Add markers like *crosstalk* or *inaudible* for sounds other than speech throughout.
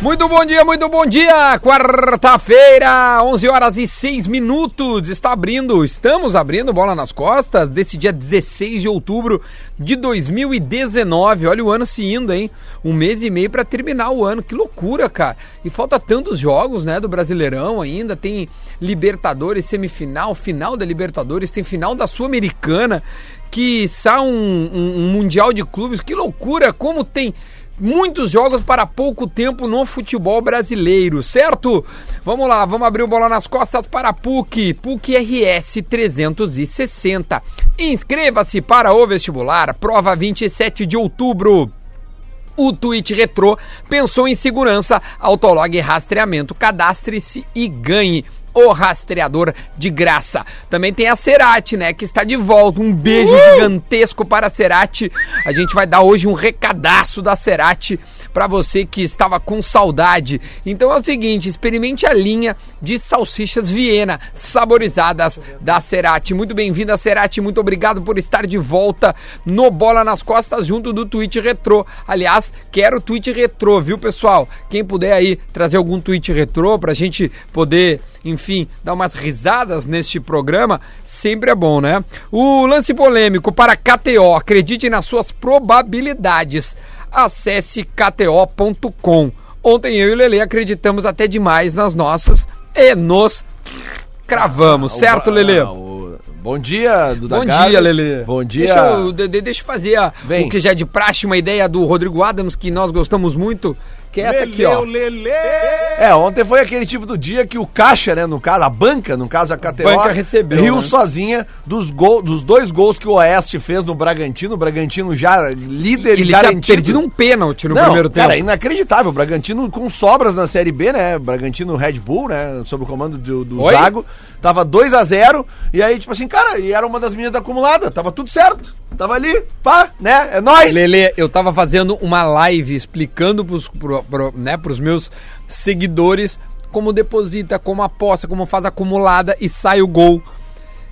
Muito bom dia, muito bom dia! Quarta-feira, 11 horas e 6 minutos. Está abrindo, estamos abrindo bola nas costas desse dia 16 de outubro de 2019. Olha o ano se indo, hein? Um mês e meio para terminar o ano. Que loucura, cara! E falta tantos jogos, né, do Brasileirão ainda. Tem Libertadores, semifinal, final da Libertadores, tem final da Sul-Americana, que sai um, um- um Mundial de Clubes. Que loucura! Como tem muitos jogos para pouco tempo no futebol brasileiro, certo? Vamos lá, vamos abrir o bola nas costas para a PUC, PUC RS 360. Inscreva-se para o vestibular, prova 27 de outubro. O Tweet Retrô pensou em segurança, autolog rastreamento, cadastre-se e ganhe o rastreador de graça. Também tem a Cerati, né, que está de volta. Um beijo gigantesco para a Cerati. A gente vai dar hoje um recadaço da Cerati para você que estava com saudade. Então é o seguinte, experimente a linha de salsichas Viena, saborizadas da Cerati. Muito bem-vinda, Cerati. Muito obrigado por estar de volta no Bola nas Costas junto do Tweet Retrô. Aliás, quero tweet retrô, viu, pessoal? Quem puder aí trazer algum tweet retrô pra gente poder, enfim, dar umas risadas neste programa, sempre é bom, né? O lance polêmico para KTO. Acredite nas suas probabilidades. Acesse kto.com. Ontem eu e o Lele acreditamos até demais nas nossas e nos cravamos, certo, Lele? Ah, o- Bom dia, Duda Bom Garbi. dia, Lelê. Bom Deixa dia. eu, de- de- deixa eu fazer a- Vem. o que já é de praxe, uma ideia do Rodrigo Adams, que nós gostamos muito, que é essa aqui, ó. É, ontem foi aquele tipo do dia que o caixa, né, no caso, a banca, no caso a KTO, banca recebeu, riu né? sozinha dos, gol, dos dois gols que o Oeste fez no Bragantino. O Bragantino já líder Ele tinha perdido um pênalti no Não, primeiro tempo. cara, inacreditável. O Bragantino com sobras na Série B, né? Bragantino Red Bull, né? Sob o comando do, do Oi? Zago. Tava 2 a 0 E aí, tipo assim, cara, e era uma das meninas da acumulada. Tava tudo certo. Tava ali, pá, né? É nóis. Lele, eu tava fazendo uma live explicando pros, pro, pro- né, pros meus seguidores como deposita, como aposta, como faz acumulada e sai o gol.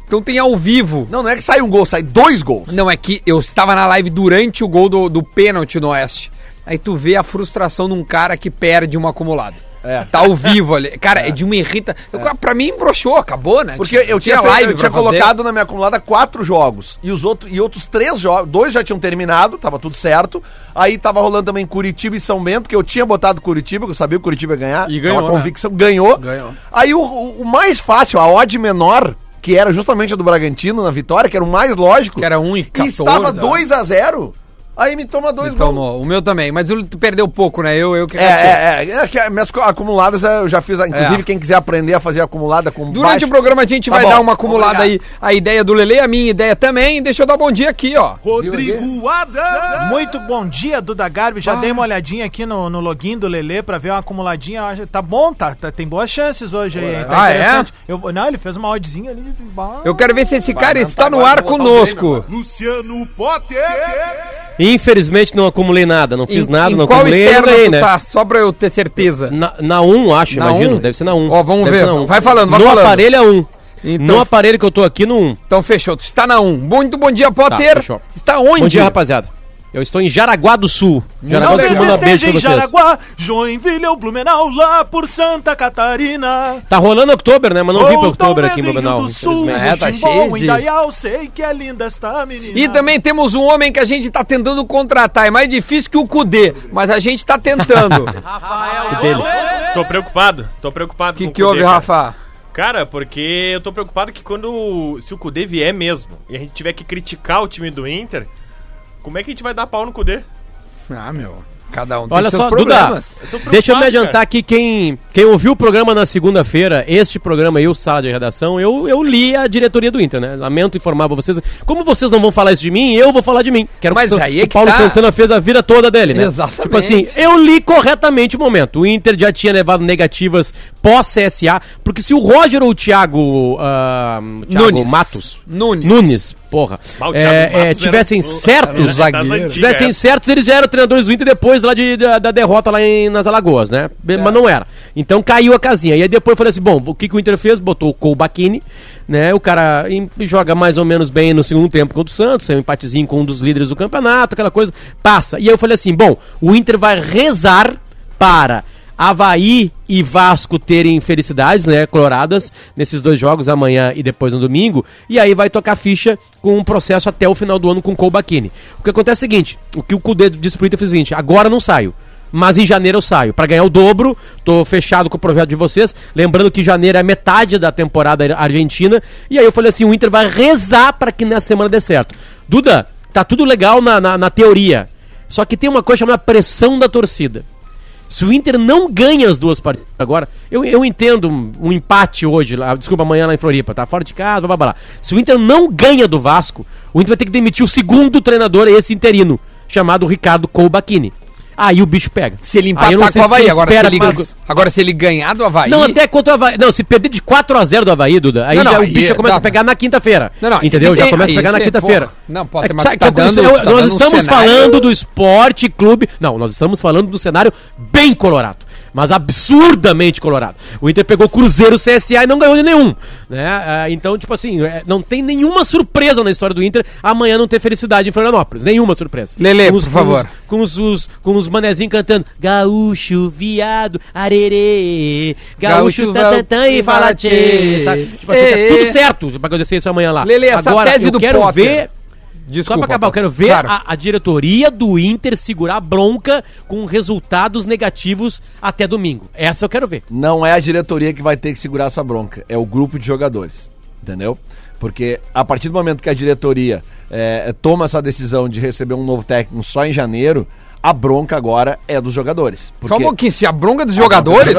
Então tem ao vivo. Não, não é que sai um gol, sai dois gols. Não, é que eu estava na live durante o gol do, do pênalti no Oeste. Aí tu vê a frustração de um cara que perde uma acumulada. É. Tá ao vivo ali. Cara, é, de uma irrita. Eu, Pra mim, broxou, acabou, né? Porque eu tinha, feito- eu pra fazer. tinha colocado na minha acumulada quatro jogos. E os outros, e outros três jogos. Dois já tinham terminado, tava tudo certo. Aí tava rolando também Curitiba e São Bento, que eu tinha botado Curitiba, que eu sabia que o Curitiba ia ganhar. E ganhou, Uma né? convicção, ganhou. Ganhou. Aí o, o- o mais fácil, a odd menor, que era justamente a do Bragantino na vitória, que era o mais lógico. Que era um e que estava 14, 2 a 0 Aí me toma dois Então, gols. o meu também. Mas ele perdeu pouco, né? Eu, eu que É, é, é, é. que as Minhas co- acumuladas é, eu já fiz, inclusive, É. quem quiser aprender a fazer acumulada com Durante baixo- o programa a gente Tá vai bom, dar uma acumulada obrigado. aí. A ideia do Lele, a minha ideia também. Deixa eu dar um bom dia aqui, ó. Rodrigo Adams! Muito bom dia, Duda Garbi. Já dei uma olhadinha aqui no, no login do Lelê pra ver uma acumuladinha. Acho- Tá bom, tá, tá- tem boas chances hoje aí. hein? Tá Ah, é? interessante. Eu vou- não, ele fez uma oddzinha ali. de- bah. Eu quero ver se esse cara Vai, está não, tá no agora ar eu vou botar um o Grêmio conosco. Luciano Potter! Infelizmente não acumulei nada, não fiz Em- nada, em não qual acumulei, não externo ganhei, tu né? tá? Só pra eu ter certeza. Na, na 1, um, acho, Na imagino. um? Deve ser na 1. Um. Ó, vamos Deve ver. ser na um. Vai falando, vai no falando. aparelho é 1. Um. Então- No aparelho que eu tô aqui, no 1. Um. Então fechou. Tu está na 1. Muito bom dia, Tá, Potter. fechou. está onde? Bom dia, rapaziada. Eu estou em Jaraguá do Sul. um Jaraguá do Talvez Sul, manda beijo esteja pra em vocês. Jaraguá, Joinville ou Blumenau, lá por Santa Catarina. Tá rolando Oktober, né? Mas não vim pra Ou Oktober talvez aqui em Rio Blumenau. do Sul, infelizmente. É, tá Timbó, cheio de- Indaial, sei que é linda esta menina. E também temos um homem que a gente tá tentando contratar. É mais difícil que o Cudê, mas a gente tá *laughs* tentando. O Tô preocupado, tô preocupado que, com o que Kudê, houve, cara. Rafa? Cara, porque eu tô preocupado que quando. Se o Kudê vier mesmo e a gente tiver que criticar o time do Inter, como é que a gente vai dar pau no Kudê? Ah, meu. Cada um tem Olha seus só, Duda, problemas. deixa eu me cara. adiantar aqui, quem, quem ouviu o programa na segunda-feira, este programa aí, o Sala de Redação, eu, eu li a diretoria do Inter, né? Lamento informar pra vocês. Como vocês não vão falar isso de mim, eu vou falar de mim. Quero Mas que o- aí é o que Paulo tá. Santana fez a vida toda dele, né? Exatamente. Tipo assim, eu li corretamente o momento. O Inter já tinha levado negativas pós-CSA, porque se o Roger ou o Thiago, ah, Thiago Nunes. Matos... Nunes. Nunes, porra. Mal, o Thiago é, é, Matos era tivessem o- certos... era das zagueiro. antigas, tivessem é. certos, eles já eram treinadores do Inter depois lá de, da, da derrota lá em, nas Alagoas, né? Be- Mas não era. Então caiu a casinha. E aí depois eu falei assim: bom, o que, que o Inter fez? Botou o Colbaquini, né? O cara em- joga mais ou menos bem no segundo tempo contra o Santos, é um empatezinho com um dos líderes do campeonato, aquela coisa, passa. E aí eu falei assim: bom, o Inter vai rezar para Havaí e Vasco terem felicidades, né, coloradas, nesses dois jogos, amanhã e depois no domingo, e aí vai tocar ficha com um processo até o final do ano com o Colbaquini. O que acontece é o seguinte, o que o Cudê disse pro Inter foi o seguinte, agora eu não saio. Mas em janeiro eu saio. Pra ganhar o dobro, tô fechado com o projeto de vocês. Lembrando que janeiro é metade da temporada argentina. E aí eu falei assim: o Inter vai rezar pra que nessa semana dê certo. Duda, tá tudo legal na, na, na teoria. Só que tem uma coisa chamada pressão da torcida. Se o Inter não ganha as duas partidas agora, eu, eu entendo um, um empate hoje, lá- desculpa, amanhã lá em Floripa, tá fora de casa, blá blá blá. Se o Inter não ganha do Vasco, o Inter vai ter que demitir o segundo treinador, esse interino, chamado Ricardo Colbachini. Aí o bicho pega. Se ele Aí Ah, eu empatar não com sei o se Havaí, quem agora se, espera ele, mas- agora se ele ganhar do Havaí... Não, até contra o Havaí. Não, se perder de 4x0 do Havaí, Duda, aí, Não, não, já, o aí bicho já começa dá- a pegar na quinta-feira. Não, não, entendeu? e Já tem- começa aí a pegar na tem- quinta-feira. É porra, não, pô, tem- que mas sabe tá que eu- dando- eu- tá Nós dando um estamos cenário- falando do esporte clube. Não, nós estamos falando do cenário bem colorado. Mas absurdamente colorado. O Inter pegou Cruzeiro CSA e não ganhou de nenhum. Né? Ah, Então, tipo assim, é, não tem nenhuma surpresa na história do Inter amanhã não ter felicidade em Florianópolis. Nenhuma surpresa. Lele, Com os- por favor. Com os, com os, com os manezinhos cantando Gaúcho, viado, arerê. Gaúcho, Gaúcho, tatatã e val- fala tchê. sabe? Tipo assim, Ê, tá tudo ê. certo pra acontecer isso amanhã lá. Lele, É. essa Agora, tese eu do quero Potter. ver... Só pra acabar, eu quero ver Claro. a, a diretoria do Inter segurar a bronca com resultados negativos até domingo. Essa eu quero ver. Não é a diretoria que vai ter que segurar essa bronca, é o grupo de jogadores, entendeu? Porque a partir do momento que a diretoria eh, toma essa decisão de receber um novo técnico só em janeiro, a bronca agora é dos jogadores. Só um pouquinho, se a bronca dos Ah, jogadores...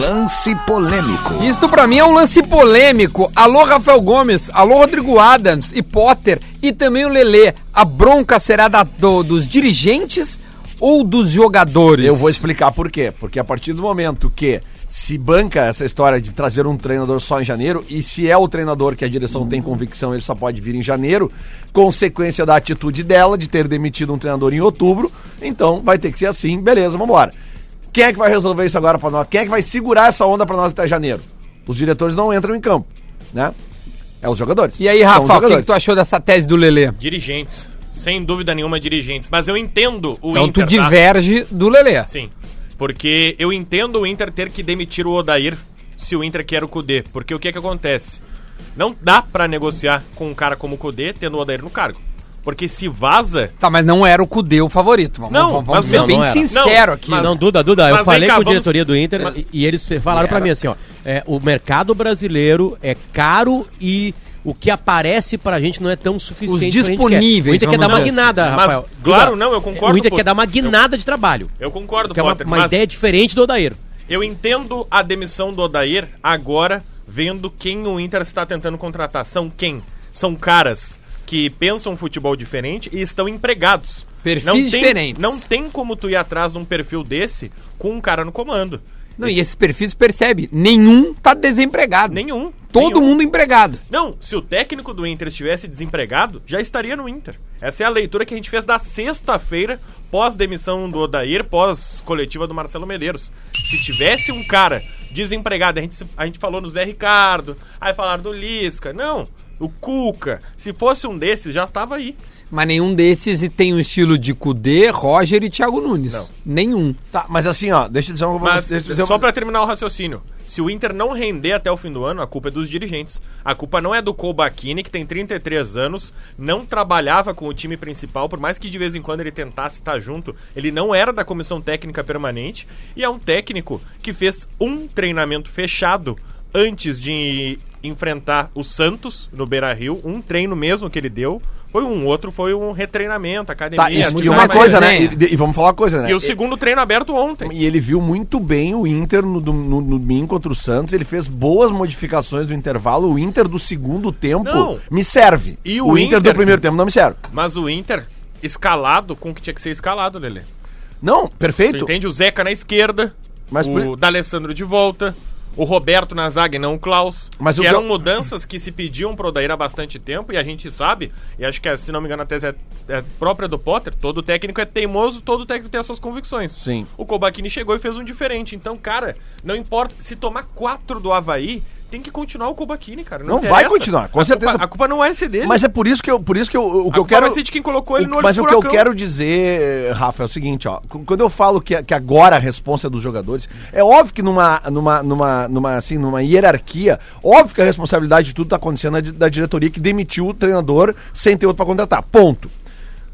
Lance polêmico. Isto pra mim é um lance polêmico. Alô, Rafael Gomes, alô, Rodrigo Adams e Potter e também o Lelê. A bronca será da- do- dos dirigentes ou dos jogadores? Eu vou explicar por quê. Porque a partir do momento que se banca essa história de trazer um treinador só em janeiro, e se é o treinador que a direção tem convicção, ele só pode vir em janeiro, consequência da atitude dela de ter demitido um treinador em outubro, então vai ter que ser assim, beleza, vambora. Quem é que vai resolver isso agora pra nós? Quem é que vai segurar essa onda pra nós até janeiro? Os diretores não entram em campo, né? É os jogadores. E aí, São os Rafa, o que que, jogadores. tu achou dessa tese do Lelê? Dirigentes. Sem dúvida nenhuma, dirigentes. Mas eu entendo o Então tu Inter. tá? diverge do Lelê. Sim. Porque eu entendo o Inter ter que demitir o Odair se o Inter quer o Kudê. Porque o que é que acontece? Não dá pra negociar com um cara como o Kudê tendo o Odair no cargo. Porque se vaza, Tá, mas não era o Cudê o favorito. Vamos, Não, vamos, mas vamos ser não, bem não era. sincero Não, aqui. né? mas- Não, Não, Duda, Duda, mas eu vem falei cá, com a vamos- diretoria do Inter Mas- e, e eles fe- falaram pra mim assim, ó, é, o mercado brasileiro é caro e o que aparece pra gente não é tão suficiente. Os pra gente quer. disponíveis, O Inter quer vamos dar uma dizer guinada, assim. Rafael. Mas, claro, não, eu concordo, O Inter pô. quer dar uma guinada de trabalho. eu concordo, Que é uma, Potter, uma mas ideia diferente do Odair. eu entendo a demissão do Odair agora, vendo quem o Inter está tentando contratar. São quem? São caras que pensam futebol diferente e estão empregados. Perfis não tem, diferentes. Não tem como tu ir atrás de um perfil desse com um cara no comando. e esses perfis percebe, nenhum tá desempregado. Nenhum. Todo nenhum. mundo empregado. Não, se o técnico do Inter estivesse desempregado, já estaria no Inter. Essa é a leitura que a gente fez da sexta-feira, pós-demissão do Odair, pós-coletiva do Marcelo Medeiros. Se tivesse um cara desempregado, a gente, se- a gente falou no Zé Ricardo, aí falaram do Lisca. Não, o Cuca. Se fosse um desses, já tava aí. Mas nenhum desses e tem o estilo de Cudê, Roger e Thiago Nunes. Nenhum. Tá, mas assim, ó, deixa eu dizer uma Mas, deixa eu dizer uma- só pra terminar o raciocínio, se o Inter não render até o fim do ano, a culpa é dos dirigentes. A culpa não é do Kobachini, que tem 33 anos, não trabalhava com o time principal, por mais que de vez em quando ele tentasse estar junto, ele não era da comissão técnica permanente, e é um técnico que fez um treinamento fechado antes de enfrentar o Santos no Beira-Rio, um treino mesmo que ele deu, foi um outro, foi um retreinamento, academia. Tá, isso- e tudo uma mais, mas- assim, coisa, né? resenha. E, e vamos falar uma coisa, né? E o segundo treino aberto ontem. E ele viu muito bem o Inter no, dom- no, no domingo contra o Santos. Ele fez boas modificações no intervalo. O Inter do segundo tempo Não. me serve. E o, o Inter, do Inter- primeiro tempo não me serve. Mas o Inter escalado com o que tinha que ser escalado, Lelê. Não, Tu perfeito. entende? O Zeca na esquerda, Mas o por- D'Alessandro de volta, o Roberto na zaga e não o Klaus. Mas que o que eram eu- mudanças que se pediam pro Odair há bastante tempo e a gente sabe, e acho que, se não me engano, a tese é, é própria do Potter, todo técnico é teimoso, todo técnico tem as suas convicções. Sim. O Kobachini chegou e fez um diferente. Então, cara, não importa. Se tomar quatro do Havaí, tem que continuar o Kobachini, cara. Não vai interessa. continuar, com a certeza. Culpa, a culpa não é ser dele. Mas é por isso que eu, por isso que eu, o a que eu culpa quero. vai ser de quem colocou ele O- no olho mas do o que eu furacão. quero dizer, Rafa, é o seguinte, ó. Qu- Quando eu falo que, que agora a responsa é dos jogadores, é óbvio que numa, numa, numa, numa, assim, numa hierarquia, óbvio que a responsabilidade de tudo tá acontecendo é de- da diretoria que demitiu o treinador sem ter outro para contratar. Ponto.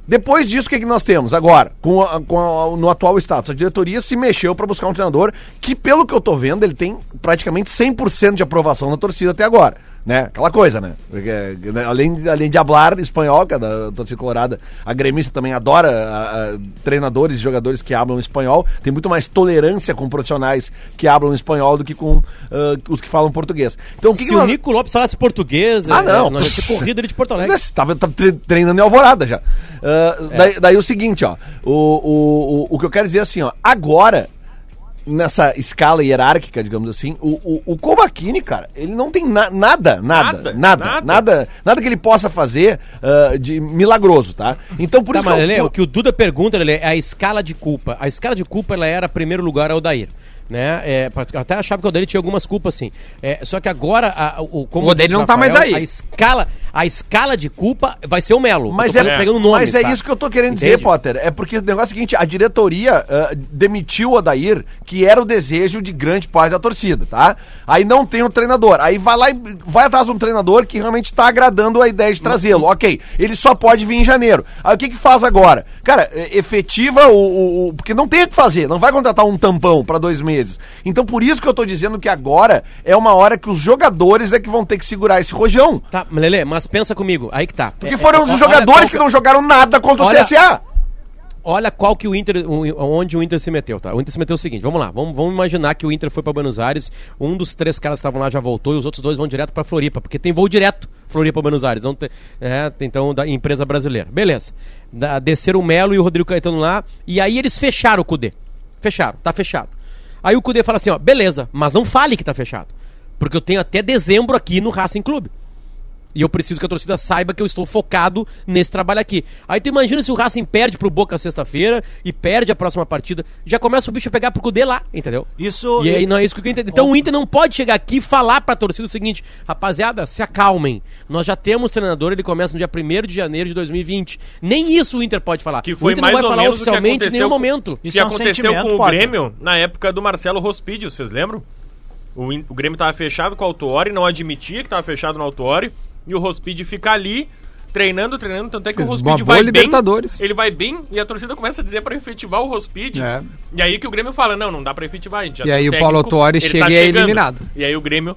Depois disso, o que, que nós temos agora? Com a- com a- no atual status, a diretoria se mexeu para buscar um treinador que, pelo que eu tô vendo, ele tem praticamente 100% de aprovação na torcida até agora. Né? Aquela coisa, né? Porque, né, além, além de hablar espanhol, que a da- a torcida colorada, a gremista também adora a- a treinadores e jogadores que hablam espanhol, tem muito mais tolerância com profissionais que hablam espanhol do que com ah, os que falam português. Então, o que, Se que o nós- Nico Lopes falasse português, Ah, é, não. nós já tinha corrido ele *laughs* de Porto Alegre. É. Você tava, tava tre- treinando em Alvorada já. Ah, daí, daí o seguinte, ó. O, o, o, o que eu quero dizer é assim, ó. Agora, nessa escala hierárquica, digamos assim, o, o, o Kobachini, cara, ele não tem na- nada, nada, Nada, nada, nada, nada. nada, que ele possa fazer ah, de milagroso, tá? Então, por Tá, isso eu- mas Lelê, eu- o que o Duda pergunta, Lelê, é a escala de culpa. A escala de culpa, ela era, em primeiro lugar, a Odair. Né? É, pra- eu até achava que o Odair tinha algumas culpas, sim. É, só que agora, a- o, como O Odair disse não tá mais aí. A escala, a escala de culpa vai ser o Melo. Eu Mas tô é, pegando nomes, mas é tá? isso que eu tô querendo dizer, Entende? Potter. É porque o negócio é o seguinte, a diretoria ah, demitiu o Adair, que era o desejo de grande parte da torcida, tá? Aí não tem o treinador. Aí vai lá e vai atrás de um treinador que realmente tá agradando a ideia Uhum. de trazê-lo. Ok, ele só pode vir em janeiro. Aí o que que faz agora? Cara, eh, efetiva o... o- o- porque não tem o que fazer, não vai contratar um tampão pra dois meses. Então por isso que eu tô dizendo que agora é uma hora que os jogadores é que vão ter que segurar esse rojão. Tá, Lelê, mas pensa comigo, aí que tá. Porque É, foram é, os olha jogadores qual que não jogaram nada contra Olha- o CSA. Olha qual que o Inter, o- onde o Inter se meteu, tá? O Inter se meteu o seguinte, vamos lá, vamos, vamos imaginar que o Inter foi pra Buenos Aires, um dos três caras que estavam lá já voltou e os outros dois vão direto pra Floripa, porque tem voo direto Floripa Buenos Aires, não tem, é, então da empresa brasileira. Beleza. Da, desceram o Melo e o Rodrigo Caetano lá, e aí eles fecharam o Cudê. Fecharam, tá fechado. Aí o Cudê fala assim, ó, beleza, mas não fale que tá fechado, porque eu tenho até dezembro aqui no Racing Clube. E eu preciso que a torcida saiba que eu estou focado nesse trabalho aqui. Aí tu imagina se o Racing perde pro Boca sexta-feira e perde a próxima partida. Já começa o bicho a pegar pro Cudê lá, entendeu? Isso- E aí não é isso que o Inter. Então o Inter não pode chegar aqui e falar pra torcida o seguinte: rapaziada, se acalmem. Nós já temos treinador, ele começa no dia 1 de janeiro de 2020. Nem isso o Inter pode falar. Que foi o Inter mais não vai ou falar menos o que oficialmente em aconteceu nenhum com- momento. O Isso que é um aconteceu sentimento, com o Potter. Grêmio na época do Marcelo Rospídio, vocês lembram? O, In- o Grêmio tava fechado com o Autuori, não admitia que tava fechado no Autuori, e o Rospídio fica ali treinando, treinando, tanto é que Fez o uma Rospídio boa vai Libertadores. bem, ele vai bem, e a torcida começa a dizer pra efetivar o Rospídio. É. E aí que o Grêmio fala, não, não dá pra efetivar, a gente já E tem aí um o Paulo técnico, Autuori ele chega e é chegando. eliminado. E aí o Grêmio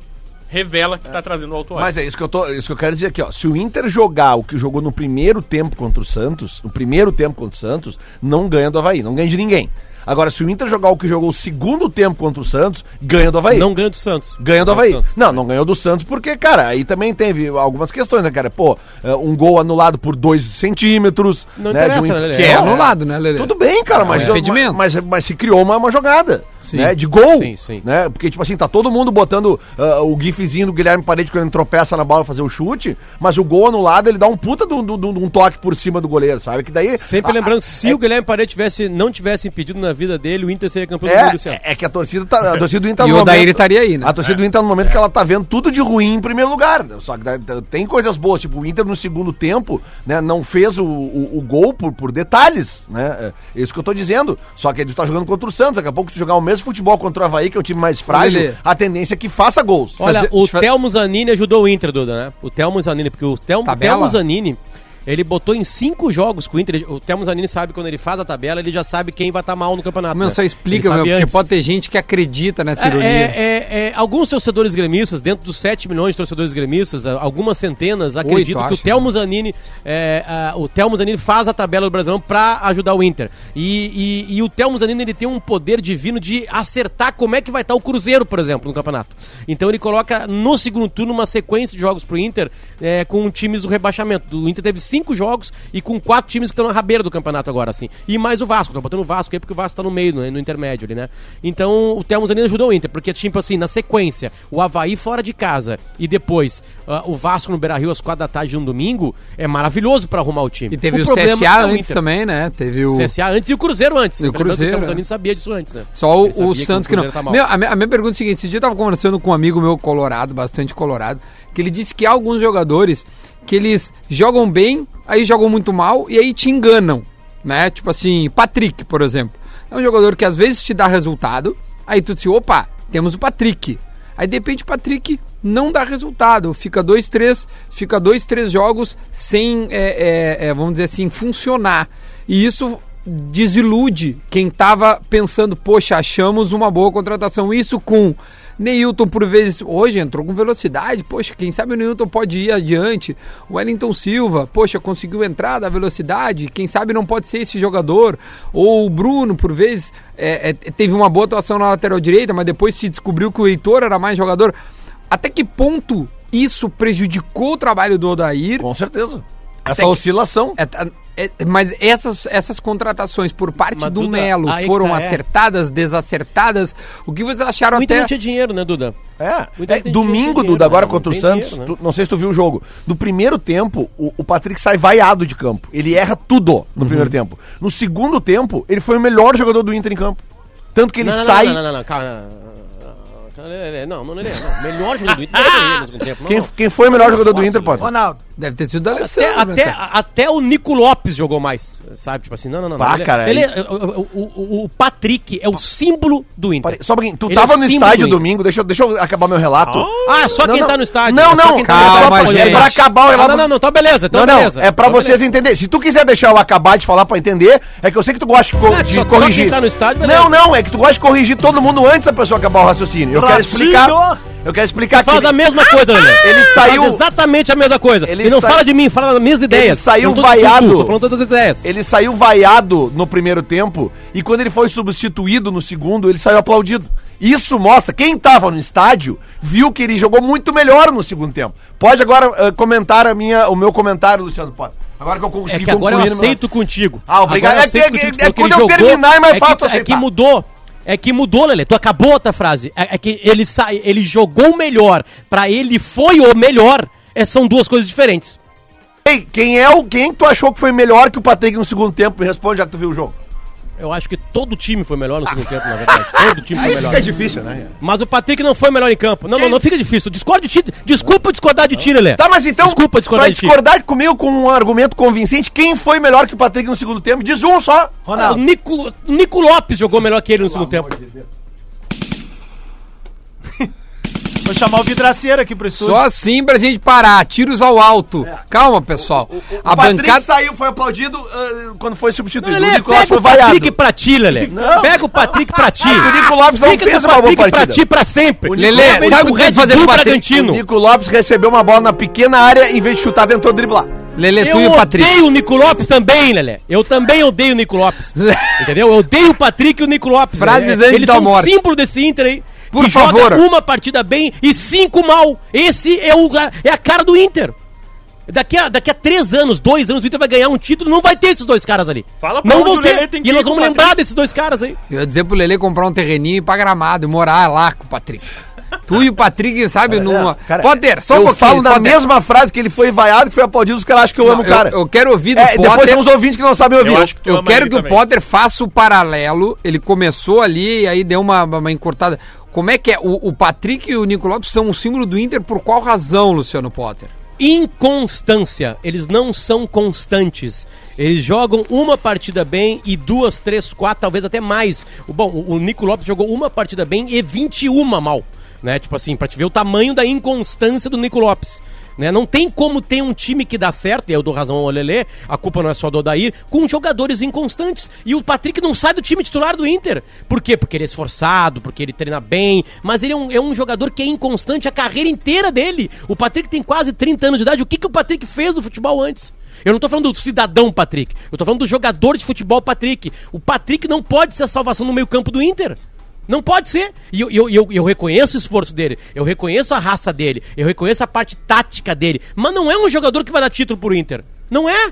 revela que tá trazendo o Autuori. Mas é isso que eu tô, isso que eu quero dizer aqui, ó. Se o Inter jogar o que jogou no primeiro tempo contra o Santos, no primeiro tempo contra o Santos, não ganha do Havaí, não ganha de ninguém. Agora, se o Inter jogar o que jogou o segundo tempo contra o Santos, ganha do Havaí. Não ganha do Santos. Ganha do Ganha Havaí. do Santos. Não, não ganhou do Santos porque, cara, aí também teve algumas questões, né, cara? Pô, é, um gol anulado por dois centímetros. Não né, interessa, de um... né, Lelê? um Que é anulado, né, Lelê? Tudo bem, cara, mas, é impedimento. mas, mas, mas se criou uma, uma jogada, Sim. né, de gol, Sim, sim. né, porque, tipo assim, tá todo mundo botando ah, o gifzinho do Guilherme Parede quando ele tropeça na bola pra fazer o chute, mas o gol anulado, ele dá um puta de um, de um- de um toque por cima do goleiro, sabe, que daí... Sempre a- lembrando, a- se o Guilherme Parede tivesse, não tivesse impedido na vida dele, o Inter seria campeão do mundo é, esse ano. é, é que a torcida, tá, a torcida do Inter E o Odair estaria aí, né? A torcida do Inter tá no momento que ela tá vendo tudo de ruim em primeiro lugar. né? Só que dá- dá- tem coisas boas, tipo, o Inter no segundo tempo, né, não fez o, o- o gol por, por detalhes, né? É isso que eu tô dizendo. Só que ele tá jogando contra o Santos, daqui a pouco se jogar o mesmo futebol contra o Havaí, que é o time mais frágil, Lelê. a tendência é que faça gols. Olha, Fazer- o deixa eu- Telmo Zanini ajudou o Inter, Duda, né? O Telmo Zanini, porque o Telmo, Tabela? Telmo Zanini, ele botou em cinco jogos com o Inter. O Telmo Zanini sabe quando ele faz a tabela, ele já sabe quem vai estar mal no campeonato. Meu, né? só Ele explica, sabe meu, porque antes. pode ter gente que acredita nessa É, Né, ironia. é, é, é, alguns torcedores gremistas, dentro dos 7 milhões de torcedores gremistas, a- algumas centenas, acreditam que acho, né? o Telmo Zanini, é, a- o Telmo Zanini faz a tabela do Brasileirão pra ajudar o Inter. E, e- e o Telmo Zanini ele tem um poder divino de acertar como é que vai estar o Cruzeiro, por exemplo, no campeonato. Então ele coloca no segundo turno uma sequência de jogos pro Inter é, com times do rebaixamento. O Inter teve cinco cinco jogos e com quatro times que estão na rabeira do campeonato agora, assim. E mais o Vasco, tô botando o Vasco aí porque o Vasco tá no meio, né, no intermédio ali, né? Então o Thelmo Zanin ajudou o Inter, porque, tipo assim, na sequência, o Havaí fora de casa e depois ah, o Vasco no Beira Rio às quatro da tarde de um domingo, é maravilhoso pra arrumar o time. E teve o, problema é CSA o antes Inter. também, né? Teve o. CSA antes e o Cruzeiro antes. E o Lembrando que Cruzeiro, O Thelmo é. Zanin sabia disso antes, né? Só o, Ele sabia o que o Santos que não. Cruzeiro tá mal. Meu, a, minha, a minha pergunta é a seguinte: esse dia eu tava conversando com um amigo meu colorado, bastante colorado, que ele disse que há alguns jogadores que eles jogam bem, aí jogam muito mal e aí te enganam, né? Tipo assim, Patrick, por exemplo. É um jogador que às vezes te dá resultado, aí tu diz, opa, temos o Patrick. Aí de repente o Patrick não dá resultado, fica dois, três, fica dois, três jogos sem, é, é, é, vamos dizer assim, funcionar. E isso desilude quem tava pensando, poxa, achamos uma boa contratação. Isso com Neilton, por vezes, hoje entrou com velocidade, poxa, quem sabe o Neilton pode ir adiante. O Wellington Silva, poxa, conseguiu entrar da velocidade, quem sabe não pode ser esse jogador. Ou o Bruno, por vezes, é, é, teve uma boa atuação na lateral direita, mas depois se descobriu que o Heitor era mais jogador. Até que ponto isso prejudicou o trabalho do Odair? Com certeza. Até Essa que- oscilação. É, tá, é, mas essas, essas contratações por parte Mas, do Duda, Melo aí que foram tá, é. acertadas, desacertadas? O que vocês acharam O Inter até. não tinha dinheiro, né, Duda? É, O Inter é, tem dinheiro, domingo, dinheiro, Duda, agora né? contra o Tem Santos, dinheiro, né? tu- não sei se tu viu o jogo, no primeiro tempo, o, o Patrick sai vaiado de campo, ele erra tudo Uhum. no primeiro tempo. No segundo tempo, ele foi o melhor jogador do Inter em campo. Tanto que ele não, não, sai... Não, não, não, não, calma. Não, não, não, não, não. Melhor jogador do Inter não foi ele no segundo tempo. não, Quem, não. quem foi o melhor jogador do Inter, pode? Ronaldo, Deve ter sido o Até, Alessandro. né, até, cara? até o Nico Lopes jogou mais, sabe? Tipo assim, não, não, não. Pá, não. Ele- cara, ele aí- é- o, o- o- o Patrick é o símbolo do Inter. Pare- Só um pouquinho, tu Ele tava é o no símbolo estádio do Inter. domingo, deixa, eu- deixa eu acabar meu relato. Ah, só quem tá no estádio. Não, é só não, quem calma, tá no é só pra- estádio. é pra acabar o Ah, relato. não, não, não, tá beleza, então não, não, beleza. é pra Então vocês beleza. entenderem. Se tu quiser deixar eu acabar de falar pra entender, é que eu sei que tu gosta de, co- É, de só- só quem corrigir. tá no estádio, beleza. não, não, é que tu gosta de corrigir todo mundo antes da pessoa acabar o raciocínio. Eu quero Ratinho! explicar. Eu quero explicar que Faz ele, a mesma coisa, *laughs* Lelê. ele Faz saiu, exatamente a mesma coisa. Ele Ele não sa- fala de mim, fala das minhas ideias. saiu Não tô dizendo vaiado. tudo, Tô falando todas as ideias. ele saiu vaiado no primeiro tempo e quando ele foi substituído no segundo, ele saiu aplaudido. Isso mostra, quem tava no estádio viu que ele jogou muito melhor no segundo tempo. Pode agora eh, comentar a minha, o meu comentário, Luciano Potter. Agora que eu É consegui que agora eu concluir no meu- aceito contigo. Ah, obrigado. Agora eu É aceito que- contigo, é tu falou quando ele eu terminar, é mais é fácil que, é que aceitar. mudou. É que mudou, Lelê. Tu acabou outra frase. É, é que ele sai, ele jogou o melhor. Pra ele foi o melhor. É, são duas coisas diferentes. Ei, quem é o quem tu achou que foi melhor que o Patrick no segundo tempo? Me responde já que tu viu o jogo. Eu acho que todo time foi melhor no segundo tempo, *laughs* na verdade. Todo time foi melhor. difícil, né? Mas o Patrick não foi melhor em campo. Não, não, não fica difícil. Discordo de ti. Desculpa discordar de ti, Lelê. Tá, mas então, Desculpa discordar pra de ti. discordar comigo com um argumento convincente, quem foi melhor que o Patrick no segundo tempo? Diz um só. O Ronaldo. Nico, Nico Lopes jogou melhor que ele no segundo tempo. Vou chamar o vidraceiro aqui pro estúdio. Só assim pra gente parar. Tiros ao alto. É. Calma, pessoal. a bancada. saiu, foi aplaudido ah, quando foi substituído. o Lelê, Nico Lopes pega foi o Patrick vaiado. pra ti, Lelê. Não. Pega o Patrick pra ti. O Nico Lopes não Fica com fez o uma boa Patrick pra partida. ti pra sempre. Lelê, Lelê, sabe o que tem que fazer com o Patrick? O Bragantino. Nico Lopes recebeu uma bola na pequena área, em vez de chutar, tentou driblar. Lele, tu e Eu o Patrick. *laughs* odeio o Nico Lopes também, Lelé. Eu também odeio o Nico Lopes. Entendeu? Eu odeio o Patrick e o Nico Lopes. Frases Lelé. antes Eles da são um morte. símbolo desse Inter aí. Por que favor. Joga uma partida bem e cinco mal. Esse é, o, é a cara do Inter. Daqui a, daqui a três anos, dois anos, o Inter vai ganhar um título. Não vai ter esses dois caras ali. Fala pra não onde vão o ter. Lelé tem que E ir nós com o vamos Patrick. lembrar desses dois caras aí. Eu ia dizer pro Lele comprar um terreninho e ir pra gramado e morar lá com o Patrick. tu e o Patrick, É, sabe, numa. Cara, Potter, só um eu pouquinho. falo da Potter. mesma frase que ele foi vaiado, que foi aplaudido, os caras acham que eu amo o Eu- cara. Eu, quero ouvir do É, e depois Potter. são os ouvintes que não sabem ouvir. Eu acho que tu Eu ama quero ele que também. o Potter faça o paralelo. Ele começou ali e aí deu uma, uma encurtada. Como é que é? O, o Patrick e o Nico Lopes são um símbolo do Inter por qual razão, Luciano Potter? inconstância. Eles não são constantes. Eles jogam uma partida bem e duas, três, quatro, talvez até mais. O- Bom, o, o Nico Lopes jogou uma partida bem e 21 mal. Né? Tipo assim, pra te ver o tamanho da inconstância do Nico Lopes. Né? Não tem como ter um time que dá certo, e eu dou razão ao Lelê, a culpa não é só do Odair, com jogadores inconstantes. E o Patrick não sai do time titular do Inter. Por quê? Porque ele é esforçado, porque ele treina bem, mas ele é um, é um jogador que é inconstante a carreira inteira dele. O Patrick tem quase 30 anos de idade. O que, que o Patrick fez no futebol antes? Eu não tô falando do cidadão Patrick, eu tô falando do jogador de futebol Patrick. O Patrick não pode ser a salvação no meio-campo do Inter. Não pode ser. E eu, eu, eu, eu reconheço o esforço dele, eu reconheço a raça dele, eu reconheço a parte tática dele. Mas não é um jogador que vai dar título pro Inter. Não é.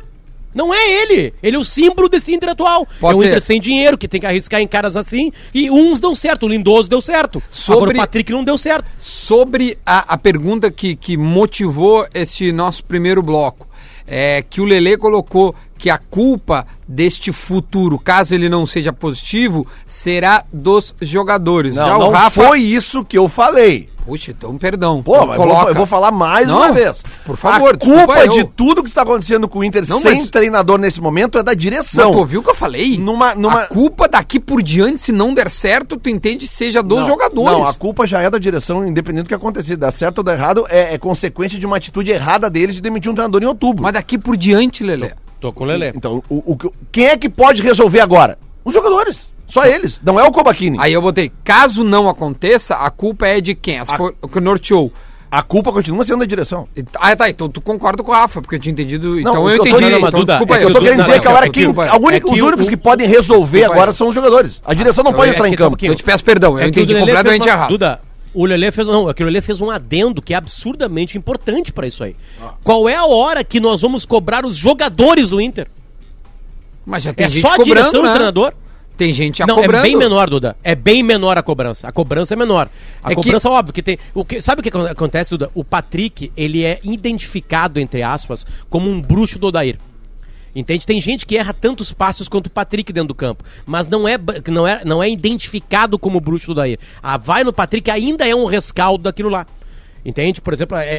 Não é ele. Ele é o símbolo desse Inter atual. Pode é um ter. Inter sem dinheiro, que tem que arriscar em caras assim. E uns dão certo. O Lindoso deu certo. Sobre- Agora o Patrick não deu certo. Sobre a, a pergunta que, que motivou esse nosso primeiro bloco, é que o Lele colocou que a culpa deste futuro, caso ele não seja positivo, será dos jogadores. Não, não foi isso que eu falei. Puxa, então perdão. Pô, Então mas eu vou, eu vou falar mais Não, uma vez. por favor, a desculpa culpa eu. de tudo que está acontecendo com o Inter Não, sem mas- treinador nesse momento é da direção. Mas tu ouviu o que eu falei? Numa- numa- A culpa daqui por diante, se não der certo, tu entende seja dos Não, jogadores. Não, a culpa já é da direção, independente do que acontecer. Dar certo ou dar errado é, é consequência de uma atitude errada deles de demitir um treinador em outubro. Mas é. daqui por diante, Lelê. Tô com o Lelê. Então, o, o que- quem é que pode resolver agora? Os jogadores. Só eles. Não é o Kobachini. Aí eu botei, caso não aconteça, a culpa é de quem? Essa foi o que norteou. A culpa continua sendo da direção. E- Ah, tá, então tu concorda com o Rafa, porque eu tinha entendido. Então o eu que eu tô entendi. dizendo, então, Duda, desculpa é aí. que Eu tô o querendo Dudu- dizer que não, agora é que quem, o Dudu- a única- é que os o- únicos o- que podem resolver Desculpa agora aí. Então, são os jogadores. A direção não Então, pode é entrar em que só um campo. É pouquinho. Eu te peço perdão, eu que o entendi Lelê completamente fez uma- errado. Duda, o Lelê fez. Não, é que o Lelê fez um adendo que é absurdamente importante pra isso aí. Qual é a hora que nós vamos cobrar os jogadores do Inter? Mas já tem é gente só a cobrando, direção do né? treinador? Tem gente já não, cobrando. é bem menor, Duda. É bem menor a cobrança. A cobrança é menor. A É que- cobrança, óbvio, que tem. O que, sabe o que acon- acontece, Duda? O Patrick, ele é identificado, entre aspas, como um bruxo do Odair. Entende? Tem gente que erra tantos passos quanto o Patrick dentro do campo, mas não é, ba- não é, não é identificado como bruxo do Daí. A vai no Patrick ainda é um rescaldo daquilo lá. Entende? Por exemplo, é- é-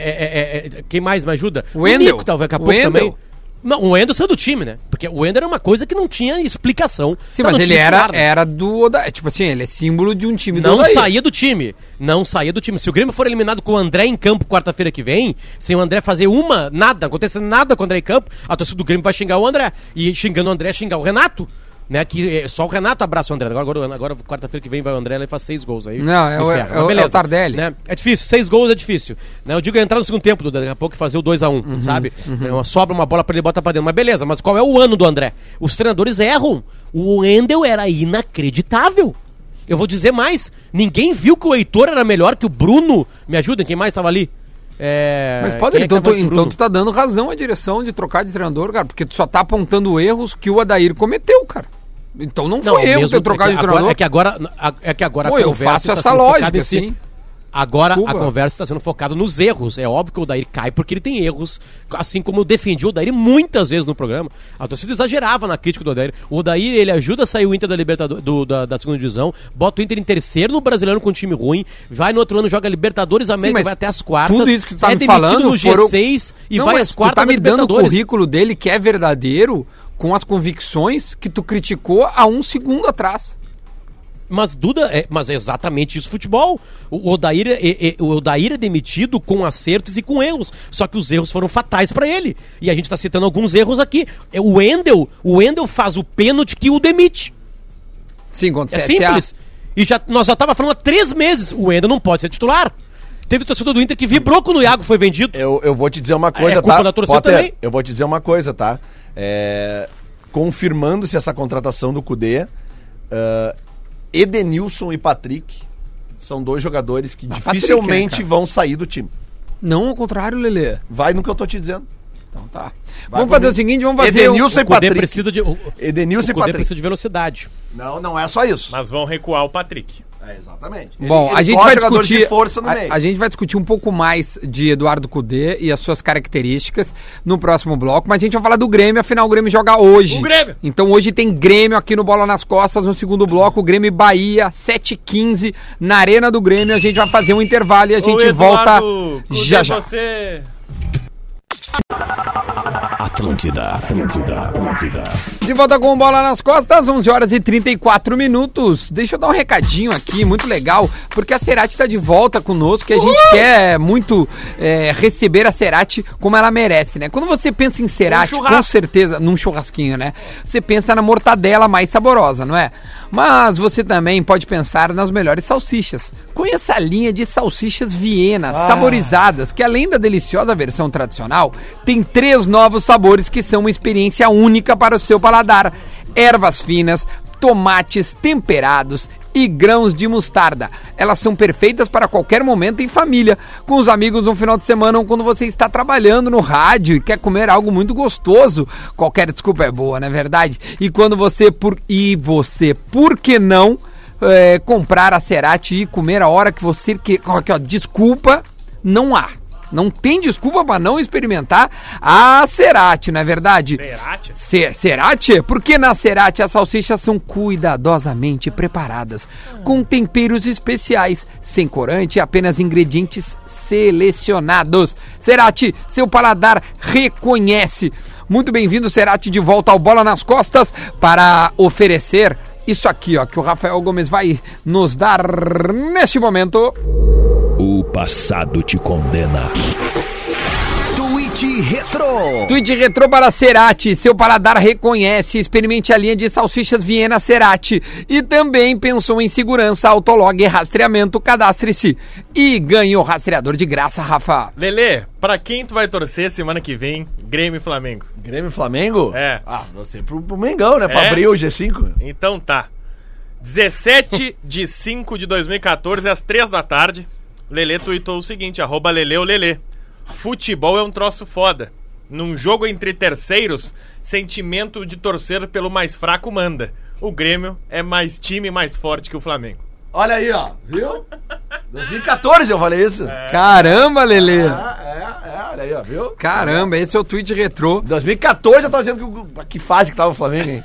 é- é- quem mais me ajuda? O Wendel. Nico, talvez, daqui a O pouco também. Wendel. Não, o Wendel saiu do time, né? Porque o Wendel era uma coisa que não tinha explicação. Sim, Tá mas no ele time era, titular, né? era do Oda. Tipo assim, ele é símbolo de um time do Não Odair. saía do time. Não saía do time. Se o Grêmio for eliminado com o André em campo quarta-feira que vem, sem o André fazer uma, nada, acontecer nada com o André em campo, a torcida do Grêmio vai xingar o André. E xingando o André, xingar o Renato. Né, que eh, só o Renato abraça o André. Agora, agora, agora quarta-feira que vem vai o André lá e faz seis gols aí. Não, é Me o- ferra. é Mas o- é o beleza, Tardelli. Né? É difícil, seis gols é difícil. Né? Eu digo é entrar no segundo tempo, Duda, daqui a pouco e fazer o 2x1, sabe? É uma- sobra uma bola pra ele botar pra dentro. Mas beleza, mas qual é o ano do André? Os treinadores erram. O Wendel era inacreditável. Eu vou dizer mais: ninguém viu que o Heitor era melhor que o Bruno. Me ajudem, quem mais tava ali? É, Mas pode, quem é que então, tu, tava antes do então Bruno? tu tá dando razão à direção de trocar de treinador, cara, porque tu só tá apontando erros que o Adair cometeu, cara. Então não, Não, foi erro mesmo- ter trocado é de que treinador. Agora, é que agora, é que agora Pô, eu faço está essa sendo focada lógica, em si. sim. Agora Desculpa. a conversa está sendo focada nos erros. É óbvio que o Daír cai porque ele tem erros. Assim como eu defendi o Daír muitas vezes no programa. A torcida exagerava na crítica do Daír. O Daír, ele ajuda a sair o Inter da, Libertador, do- da, da segunda divisão, bota o Inter em terceiro no Brasileiro com um time ruim, vai no outro ano, joga Libertadores, América, mas vai até as quartas. é tudo isso que tu tá me demitido falando no foram- G6 e não, vai mas às tu quartas tá da me dando o Libertadores. currículo dele que é verdadeiro com as convicções que tu criticou há um segundo atrás. Mas Duda, é, mas é exatamente isso futebol. O Odair, é- é- o Odair é demitido com acertos e com erros. Só que os erros foram fatais pra ele. E a gente tá citando alguns erros aqui. É, O Wendel, o Wendel faz o pênalti que o demite. Sim, contra É o CSA. simples. E já, nós já tava falando há três meses, o Wendel não pode ser titular. Teve torcedor do Inter que vibrou quando o Iago foi vendido. Eu, eu vou te dizer uma coisa, É culpa tá? da torcida também. Eu vou te dizer uma coisa, tá? É, Confirmando-se essa contratação do Cudê, ah, Edenilson e Patrick são dois jogadores Ah, que Patrick, dificilmente né, cara? vão sair do time. Não ao contrário, Lelê. Vai no que eu tô te dizendo. Então tá. Vai vamos fazer comigo. o seguinte, vamos fazer... um- Edenilson e o Cudê Patrick. precisa de. O, Edenilson o e Cudê Patrick. precisa de velocidade. Não, não é só isso. Mas vão recuar o Patrick. É, exatamente. Bom, Ele- a ele gente gosta vai de jogadores discutir de força no a, meio. a gente vai discutir um pouco mais de Eduardo Cudê e as suas características no próximo bloco, mas a gente vai falar do Grêmio, afinal o Grêmio joga hoje. O Grêmio! Então hoje tem Grêmio aqui no Bola nas Costas, no segundo bloco, Grêmio e Bahia, 7h15, na Arena do Grêmio, a gente vai fazer um intervalo e a gente volta já já. Você... De volta com o bola nas costas, 11 horas e 34 minutos. Deixa eu dar um recadinho aqui, muito legal, porque a Cerati tá de volta conosco e a gente quer muito é, receber a Cerati como ela merece, né? Quando você pensa em Cerati, com certeza, num churrasquinho, né? Você pensa na mortadela mais saborosa, não é? Mas você também pode pensar nas melhores salsichas. Conheça a linha de salsichas Viena, saborizadas, que além da deliciosa versão tradicional, tem três novos sabores que são uma experiência única para o seu paladar: ervas finas, tomates temperados e grãos de mostarda. Elas são perfeitas para qualquer momento em família, com os amigos no final de semana ou quando você está trabalhando no rádio e quer comer algo muito gostoso. Qualquer desculpa é boa, não é verdade? E quando você por e você, por que não é, comprar a Cerati e comer a hora que você que aqui, ó, desculpa não há. Não tem desculpa para não experimentar a Cerati, não é verdade? Cerati? Ce- Cerati? Porque na Cerati as salsichas são cuidadosamente preparadas, com temperos especiais, sem corante e apenas ingredientes selecionados. Cerati, seu paladar reconhece. Muito bem-vindo, Cerati, de volta ao Bola nas Costas para oferecer isso aqui, ó, que o Rafael Gomes vai nos dar neste momento. O passado te condena. Tweet Retro. Tweet retrô para Cerati. Seu paladar reconhece. Experimente a linha de salsichas Viena Cerati. E também pensou em segurança, autolog e rastreamento. Cadastre-se. E ganhe o rastreador de graça, Rafa. Lele, pra quem tu vai torcer semana que vem? Grêmio e Flamengo. Grêmio e Flamengo? É. Ah, você pro, pro Mengão, né? Pra É. abrir o G5. Então tá. 17 de 5 de 2014, às 3 da tarde, Lele tweetou o seguinte, arroba Lele ou Lele. Futebol é um troço foda. Num jogo entre terceiros, sentimento de torcer pelo mais fraco manda. O Grêmio é mais time mais forte que o Flamengo. Olha aí, ó. *laughs* Viu? 2014 eu falei isso. É, Caramba, Lelê. é, é. Olha aí, ó. Viu? Caramba, esse é o tweet retrô. 2014 eu tava dizendo que, o- que fase que tava o Flamengo, hein?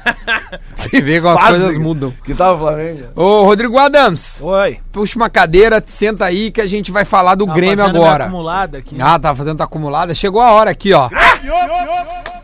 Que vê como as Fase coisas que- mudam. Que tava o Flamengo. Ô, Rodrigo Adams, Oi. puxa uma cadeira, senta aí que a gente vai falar do Grêmio Tá fazendo minha agora. Acumulada aqui. Ah, tá fazendo tá acumulada. Chegou a hora aqui, ó.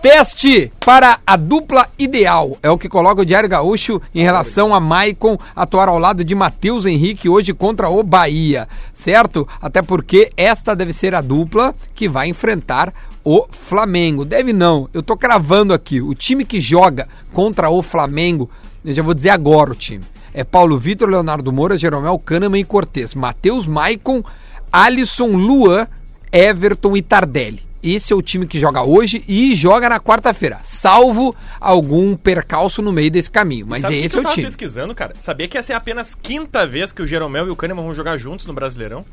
Teste para a dupla ideal. É o que coloca o Diário Gaúcho em relação a Maicon atuar ao lado de Matheus Henrique hoje contra o Bahia, certo? Até porque esta deve ser a dupla que vai enfrentar o Flamengo. Deve não, eu tô cravando aqui. O time que joga contra o Flamengo, eu já vou dizer agora o time. É Paulo Vitor, Leonardo Moura, Jeromel Kahneman e Cortez. Matheus Maicon, Alisson Luan, Everton e Tardelli. Esse é o time que joga hoje e joga na quarta-feira, salvo algum percalço no meio desse caminho. Mas Sabe o que esse que é eu o tava time. pesquisando, cara? Sabia que essa é apenas a quinta vez que o Jeromel e o Kahneman vão jogar juntos no Brasileirão?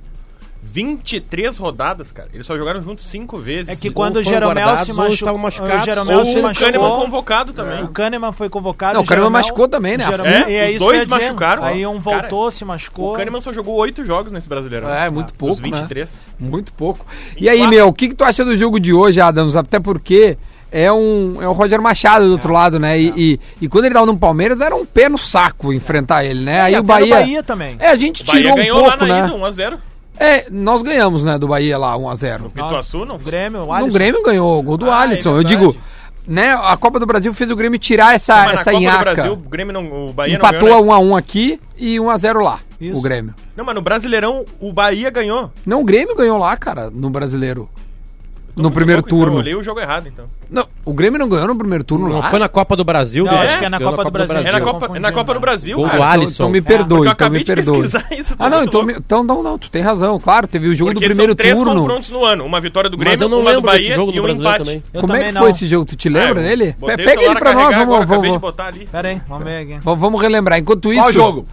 23 rodadas, cara. Eles só jogaram juntos cinco vezes. É que quando o foram Jeromel guardados, se ou machucou. estavam machucados. O Ou Jeromel se o Kahneman machucou. convocado também. O Kahneman foi convocado. Não, o Kahneman Jeromel- machucou também, né? Jeromel, É, e os é isso dois que eu ia dizer. machucaram. Aí um Cara, voltou, se machucou. O Kahneman só jogou oito jogos nesse Brasileirão. É, muito pouco, Os 23. né? Muito pouco. E aí, 24. meu, o que, que tu acha do jogo de hoje, Adams? Até porque é um é o Roger Machado do outro lado, né? É. E, e, e quando ele tava no Palmeiras, era um pé no saco enfrentar ele, né? Aí É, até o no Bahia... Bahia também. É, a gente O Bahia tirou um ganhou pouco, lá na né? ida 1x0. É, nós ganhamos, né, do Bahia lá, 1x0. Pituaçu, não? O Grêmio, o No Alisson. Grêmio ganhou o gol do Ah, é Alisson. Eu verdade. digo, né? A Copa do Brasil fez o Grêmio tirar essa, Mas na essa Copa do nhaca. Brasil, o Grêmio não. O Bahia não Empatou ganhou. a né? 1x1 aqui e 1x0 lá, o Grêmio. Não, mas no Brasileirão, o Bahia ganhou. Não, o Grêmio ganhou lá, cara, no Brasileiro. No Tô primeiro louco, então, eu turno. olhei o jogo errado, então. Não, o Grêmio não ganhou no primeiro turno Não lá. Então, foi na Copa do Ah? Brasil, Não, Guilherme? acho que é na Ganhou Copa do Brasil. É na Eu Copa, é na confundi, Copa né? do Brasil, Gol do cara. Alisson. Então me perdoe, porque Ah, eu então acabei me de perdoe. pesquisar *laughs* isso, tô ah, não, muito então, louco. me- então não, não, tu tem razão, claro, teve o jogo Porque do primeiro são três turno. confrontos no ano. Uma vitória do Mas Grêmio, eu não uma do lembro desse Bahia jogo do e um Brasileiro empate. também. Eu Como é também que não. foi esse jogo? Tu te lembra É, eu dele? botei Pe- o Pega celular ele a pra nós, carregar vamos, agora, acabei de vamos, botar ali. Pera aí, vamos ver aqui. vamos- vamos relembrar. Enquanto isso. jogo?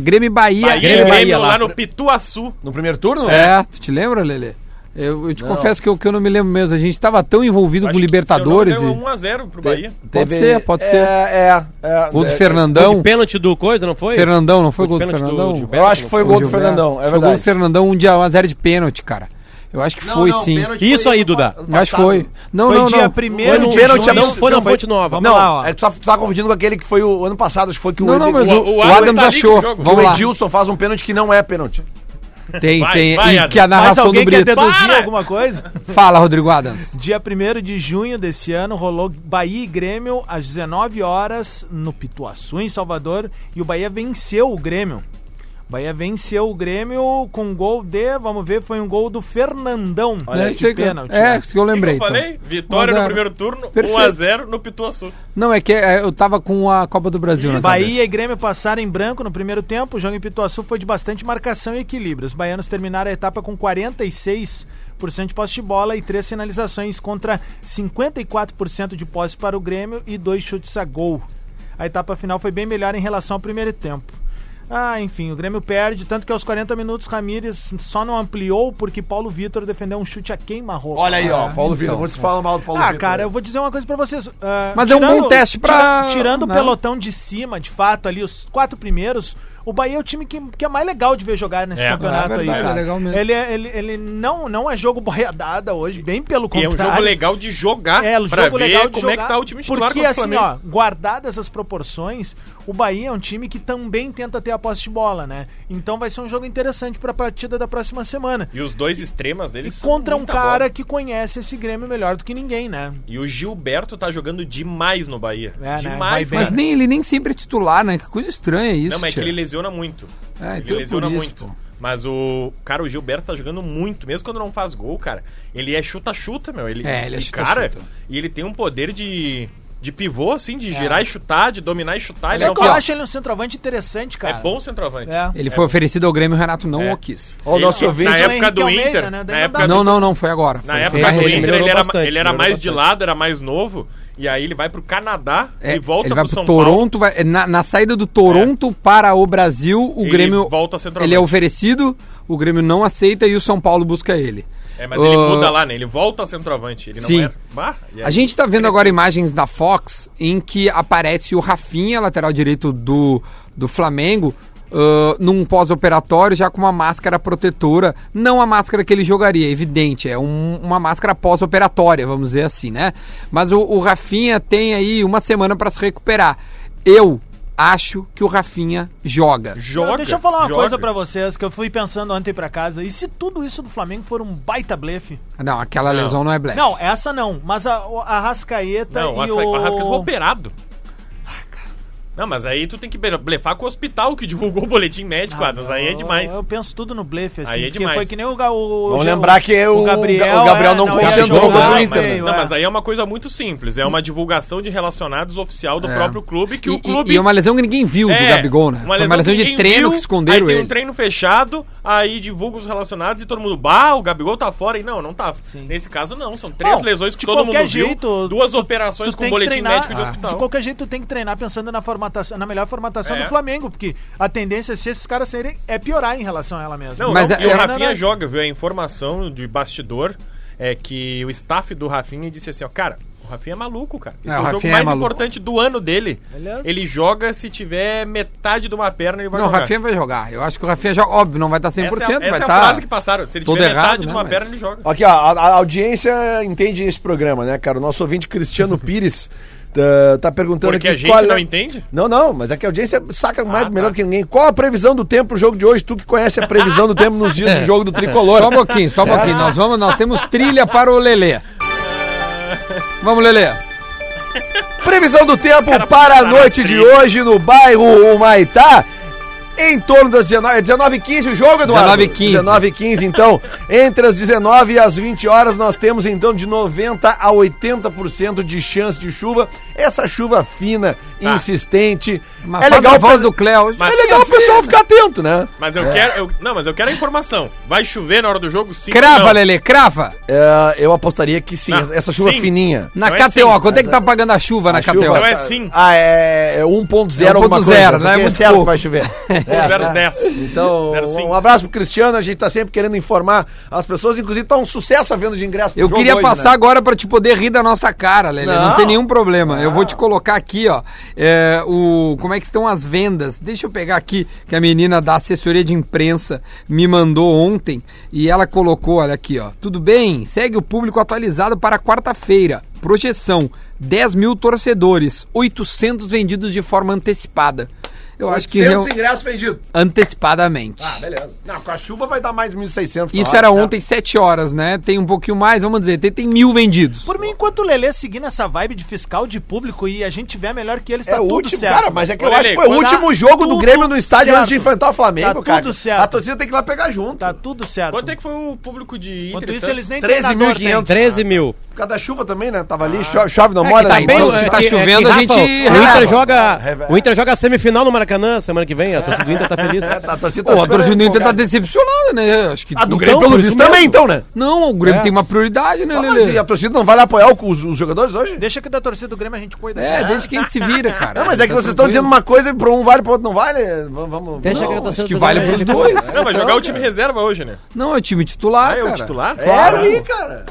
Grêmio e Bahia. Bahia é, e Grêmio Bahia lá lá. no Pituaçu. No primeiro turno? É, tu te lembra, Lelê? Eu, eu te confesso que eu, que eu não me lembro mesmo. A gente tava tão envolvido com Libertadores. Deu E... 1x0 pro Bahia. Pode ser, pode ser. É, é. é Gol do é, Gol de Fernandão. pênalti do Coisa, não foi? Fernandão, não foi Gol gol de do pênalti do- Fernandão? de- Eu acho que foi o gol do Gilberto. Fernandão, Foi é gol do verdade. Fernandão, um dia 1 a 0 de pênalti, cara. Eu acho que foi sim. Isso aí, Duda. Eu acho que foi. Não, Foi não, dia não. primeiro Foi no de pênalti, junho. não foi na Fonte Nova. Vamos não, lá, ó. é que tu tá, tu tá confundindo com aquele que foi o ano passado, acho que foi que o, Não, não, Edi- mas o- o, o o Adams Adams tá ali com achou. o jogo. Vamos o lá. Edilson faz um pênalti que não é pênalti. Tem, Vai, tem. vai, e que a Adams. Mas narração do alguém quer Brito. deduzir Para! alguma coisa? Fala, Rodrigo Adams. Dia 1 de junho desse ano rolou Bahia e Grêmio às 19 horas no Pituaçu, em Salvador, e o Bahia venceu o Grêmio. O Bahia venceu o Grêmio com um gol de, vamos ver, foi um gol do Fernandão. Olha, de isso aí que, pênalti. né? é, isso que eu lembrei. Eu então. falei, vitória 1 a 0. no primeiro turno, Perfeito. 1x0 no Pituaçu. Não, é que é, eu tava com a Copa do Brasil nessa vez. Bahia e Grêmio passaram em branco no primeiro tempo. O jogo em Pituaçu foi de bastante marcação e equilíbrio. Os baianos terminaram a etapa com 46% de posse de bola e três finalizações contra 54% de posse para o Grêmio e dois chutes a gol. a etapa final foi bem melhor em relação ao primeiro tempo. Ah, enfim, o Grêmio perde, tanto que aos 40 minutos Ramires só não ampliou porque Paulo Vitor defendeu um chute a queima-roupa. Olha aí, ó, Ah, Paulo Vitor. então, Não se fala mal do Paulo Ah, Vitor. cara, eu vou dizer uma coisa pra vocês. ah, Mas é um bom teste pra- tira- Tirando né? o pelotão de cima, de fato, ali, os quatro primeiros, o Bahia é o time que, que é mais legal de ver jogar nesse É. campeonato É verdade, aí. Cara. é legal mesmo. Ele, é- ele, ele não, não é jogo boiadada hoje, bem pelo E é contrário. um jogo legal de jogar É, o pra jogo ver legal de como é jogar, que tá o time titular Porque contra o assim, Flamengo. ó, guardadas as proporções, o Bahia é um time que também tenta ter a posse de bola, né? Então vai ser um jogo interessante pra partida da próxima semana. E os dois extremas E deles são contra um muita cara bola. que conhece esse Grêmio melhor do que ninguém, né? E o Gilberto tá jogando demais no Bahia. É, né? demais, Vai cara. Mas nem, ele nem sempre é titular, né? Que coisa estranha isso. Não, mas é que tia. ele lesiona muito. É, ele então é lesiona por isso, muito. Mas o. Cara, o Gilberto tá jogando muito. Mesmo quando não faz gol, cara, ele é chuta-chuta, meu. Ele, É, ele é e, chuta-chuta. cara, E ele tem um poder de. De pivô, assim, de girar e chutar, de dominar e chutar. Ele É não que eu fala- acho ele um centroavante interessante, cara. É bom centroavante. É. Ele foi oferecido ao Grêmio, o Renato não É. o quis. Ó, o nosso Ele- ouvinte. Na é o época do Henrique Inter. Almeida, né? Daí Na não época dá. do Não, não, não, foi agora. Na Foi- época do foi- Inter, melhorou ele era, bastante, ele era melhorou mais de bastante. lado, era mais novo. E aí ele vai pro Canadá É, e volta ele vai pro pro São Paulo. Toronto, vai- na, na saída do Toronto para o Brasil, o Ele Grêmio volta a centroavante. ele é oferecido, o Grêmio não aceita e o São Paulo busca ele. É, mas ele Ah, muda lá, né? Ele volta a centroavante. Ele Sim. não é. Bah, e aí- A gente tá vendo agora imagens da Fox em que aparece o Rafinha, lateral direito do, do Flamengo, ãh, num pós-operatório já com uma máscara protetora. Não a máscara que ele jogaria, é evidente, é um- uma máscara pós-operatória, vamos dizer assim, né? Mas o, o Rafinha tem aí uma semana pra se recuperar. Eu acho que o Rafinha joga. Joga, Não, deixa eu falar uma joga. coisa pra vocês que eu fui pensando ontem pra casa. E se tudo isso do Flamengo for um baita blefe? Não, aquela Não. lesão não é black. Não, essa não. Mas a, a Rascaeta Não, o e Arrasca- o... o Arrascaeta foi operado. Ah, Não, mas aí tu tem que be- blefar com o hospital que divulgou o boletim médico, Adams. Aí é demais. Ah, Eu, eu penso tudo no blefe, assim. Aí é porque demais. foi que nem o, Ga- o, Vamos tá- o- lembrar que o Ga- o Gabriel não ia concentrou jogar, contra o Não, Inter, mas, né? veio, não, é. mas aí é uma coisa muito simples. É uma divulgação de relacionados oficial do É. próprio clube que E, o clube. e- e uma lesão que ninguém viu do É, Gabigol, né? Foi uma lesão que de ninguém treino viu, que esconderam aí ele. tem um treino fechado, aí divulga os relacionados e todo mundo, bah, o Gabigol tá fora. E não, não tá. Sim. Nesse caso, não. São três Bom, lesões que de todo mundo qualquer viu, jeito, duas operações tu com tem que boletim treinar- médico de Ah. hospital. De qualquer jeito, tu tem que treinar pensando na formatação, na melhor formatação É. do Flamengo, porque a tendência, se esses caras serem, é piorar em relação a ela mesma. Não, Mas não, é- e o é- Rafinha não, não. joga, viu? A informação de bastidor é que o staff do Rafinha disse assim, ó, cara, o Rafinha é maluco, cara. É, Esse é, o o jogo Rafinha é mais maluco. importante do ano dele. Beleza. Ele joga se tiver metade de uma perna, ele vai Não, o jogar. Rafinha é vai jogar. Eu acho que o Rafinha joga. Óbvio, não vai tá estar 100%, essa é, a- essa vai é a estar. frase que passaram. Se ele tá todo tiver errado, metade de né, uma mas- perna, ele joga. Aqui, ó, a, a audiência entende esse programa, né, cara? O nosso ouvinte Cristiano Pires *laughs* tá, tá perguntando Porque a aqui gente não entende? Não, não, mas é que a audiência saca mais, Ah, melhor tá. do que ninguém. Qual a previsão do tempo pro jogo de hoje? Tu que conhece a previsão do tempo nos É. dias de jogo do Tricolor. Só um pouquinho, só um pouquinho. Nós, vamos, nós temos trilha para o Lelê. Vamos, Lelê. Previsão do tempo para a noite de hoje no bairro Humaitá. Em torno das é 19, 19 h 15 o jogo, Eduardo? 19 15. 19 e *laughs* 15 então. Entre as 19 e as 20 horas, nós temos em torno de 90 a 80% de chance de chuva. Essa chuva fina, Tá. insistente. Uma é legal, voz fazer, do Cléo. é legal o pessoal ficar atento, né? Mas eu quero. eu- não, mas eu quero a informação. Vai chover na hora do jogo? Sim. Crava, não. Lelê, crava. É, eu apostaria que sim, Não, essa- essa chuva sim. fininha. Na Não é KTO, assim, quanto é que tá pagando a chuva na A chuva- KTO? Não é sim. Ah, é é 1.0 É alguma 1.0, coisa. né? É porque muito certo pouco. que vai chover. *laughs* É, 0,10. Então, 0,5. um abraço pro Cristiano, a gente tá sempre querendo informar as pessoas, inclusive tá um sucesso a venda de ingresso pro Eu jogo queria hoje, passar né? agora pra te poder rir da nossa cara, Lelê. Não, Não. Ah. tem nenhum problema. Eu vou te colocar aqui, ó. é, o, como é que estão as vendas? Deixa eu pegar aqui que a menina da assessoria de imprensa me mandou ontem e ela colocou, olha aqui, ó. Tudo bem? Segue o público atualizado para quarta-feira. Projeção: 10 mil torcedores, 800 vendidos de forma antecipada. Eu acho que 800 real- ingressos vendidos. antecipadamente. Ah, beleza. Não, com a chuva vai dar mais 1.600. Isso tá era lá, certo? ontem, 7 horas, né? Tem um pouquinho mais, vamos dizer, tem, tem mil vendidos. Por mim, enquanto o Lelê seguir nessa vibe de fiscal de público e a gente tiver melhor que eles, É tá o tudo último, certo. cara, mas é que eu Olha acho que aí, foi o tá último jogo do tudo Grêmio no estádio certo. antes de enfrentar o Flamengo, Tá cara. tudo certo. A torcida tem que ir lá pegar junto. Tá tudo certo. Quanto é que foi o público de Inter? Enquanto e isso, Santos? eles nem 13.500. treinador têm. 13 mil. causa da chuva também, né? Tava ali, cho- chove, não molha. tá né? bem, Então, é, se tá que- chovendo, que, a gente Rafa, O releva. Inter, joga, Revela. o Inter joga a semifinal no Maracanã semana que vem. A torcida do Inter tá feliz. É, tá, a torcida Pô, tá a esperando, torcida do Inter tá cara. decepcionada, né? Acho que Ah, do Então, Grêmio, pelo por isso visto, também, mesmo. então, né? Não, o Grêmio É. tem uma prioridade, né, Ah, mas e Lelê? a torcida não vai lá apoiar o- os, os jogadores hoje? Deixa que da torcida do Grêmio a gente cuida. É, deixa que a gente se *laughs* vira, cara. Não, mas é que Tá vocês estão tranquilo. dizendo uma coisa e pra um vale, pro outro não vale. Vamos. vamos Deixa não. é. que a torcida Acho que do vale Grêmio- pros dois. Não, vai jogar o time reserva hoje, né? Não, é o time titular, Ah, é cara. o titular? É ali, cara.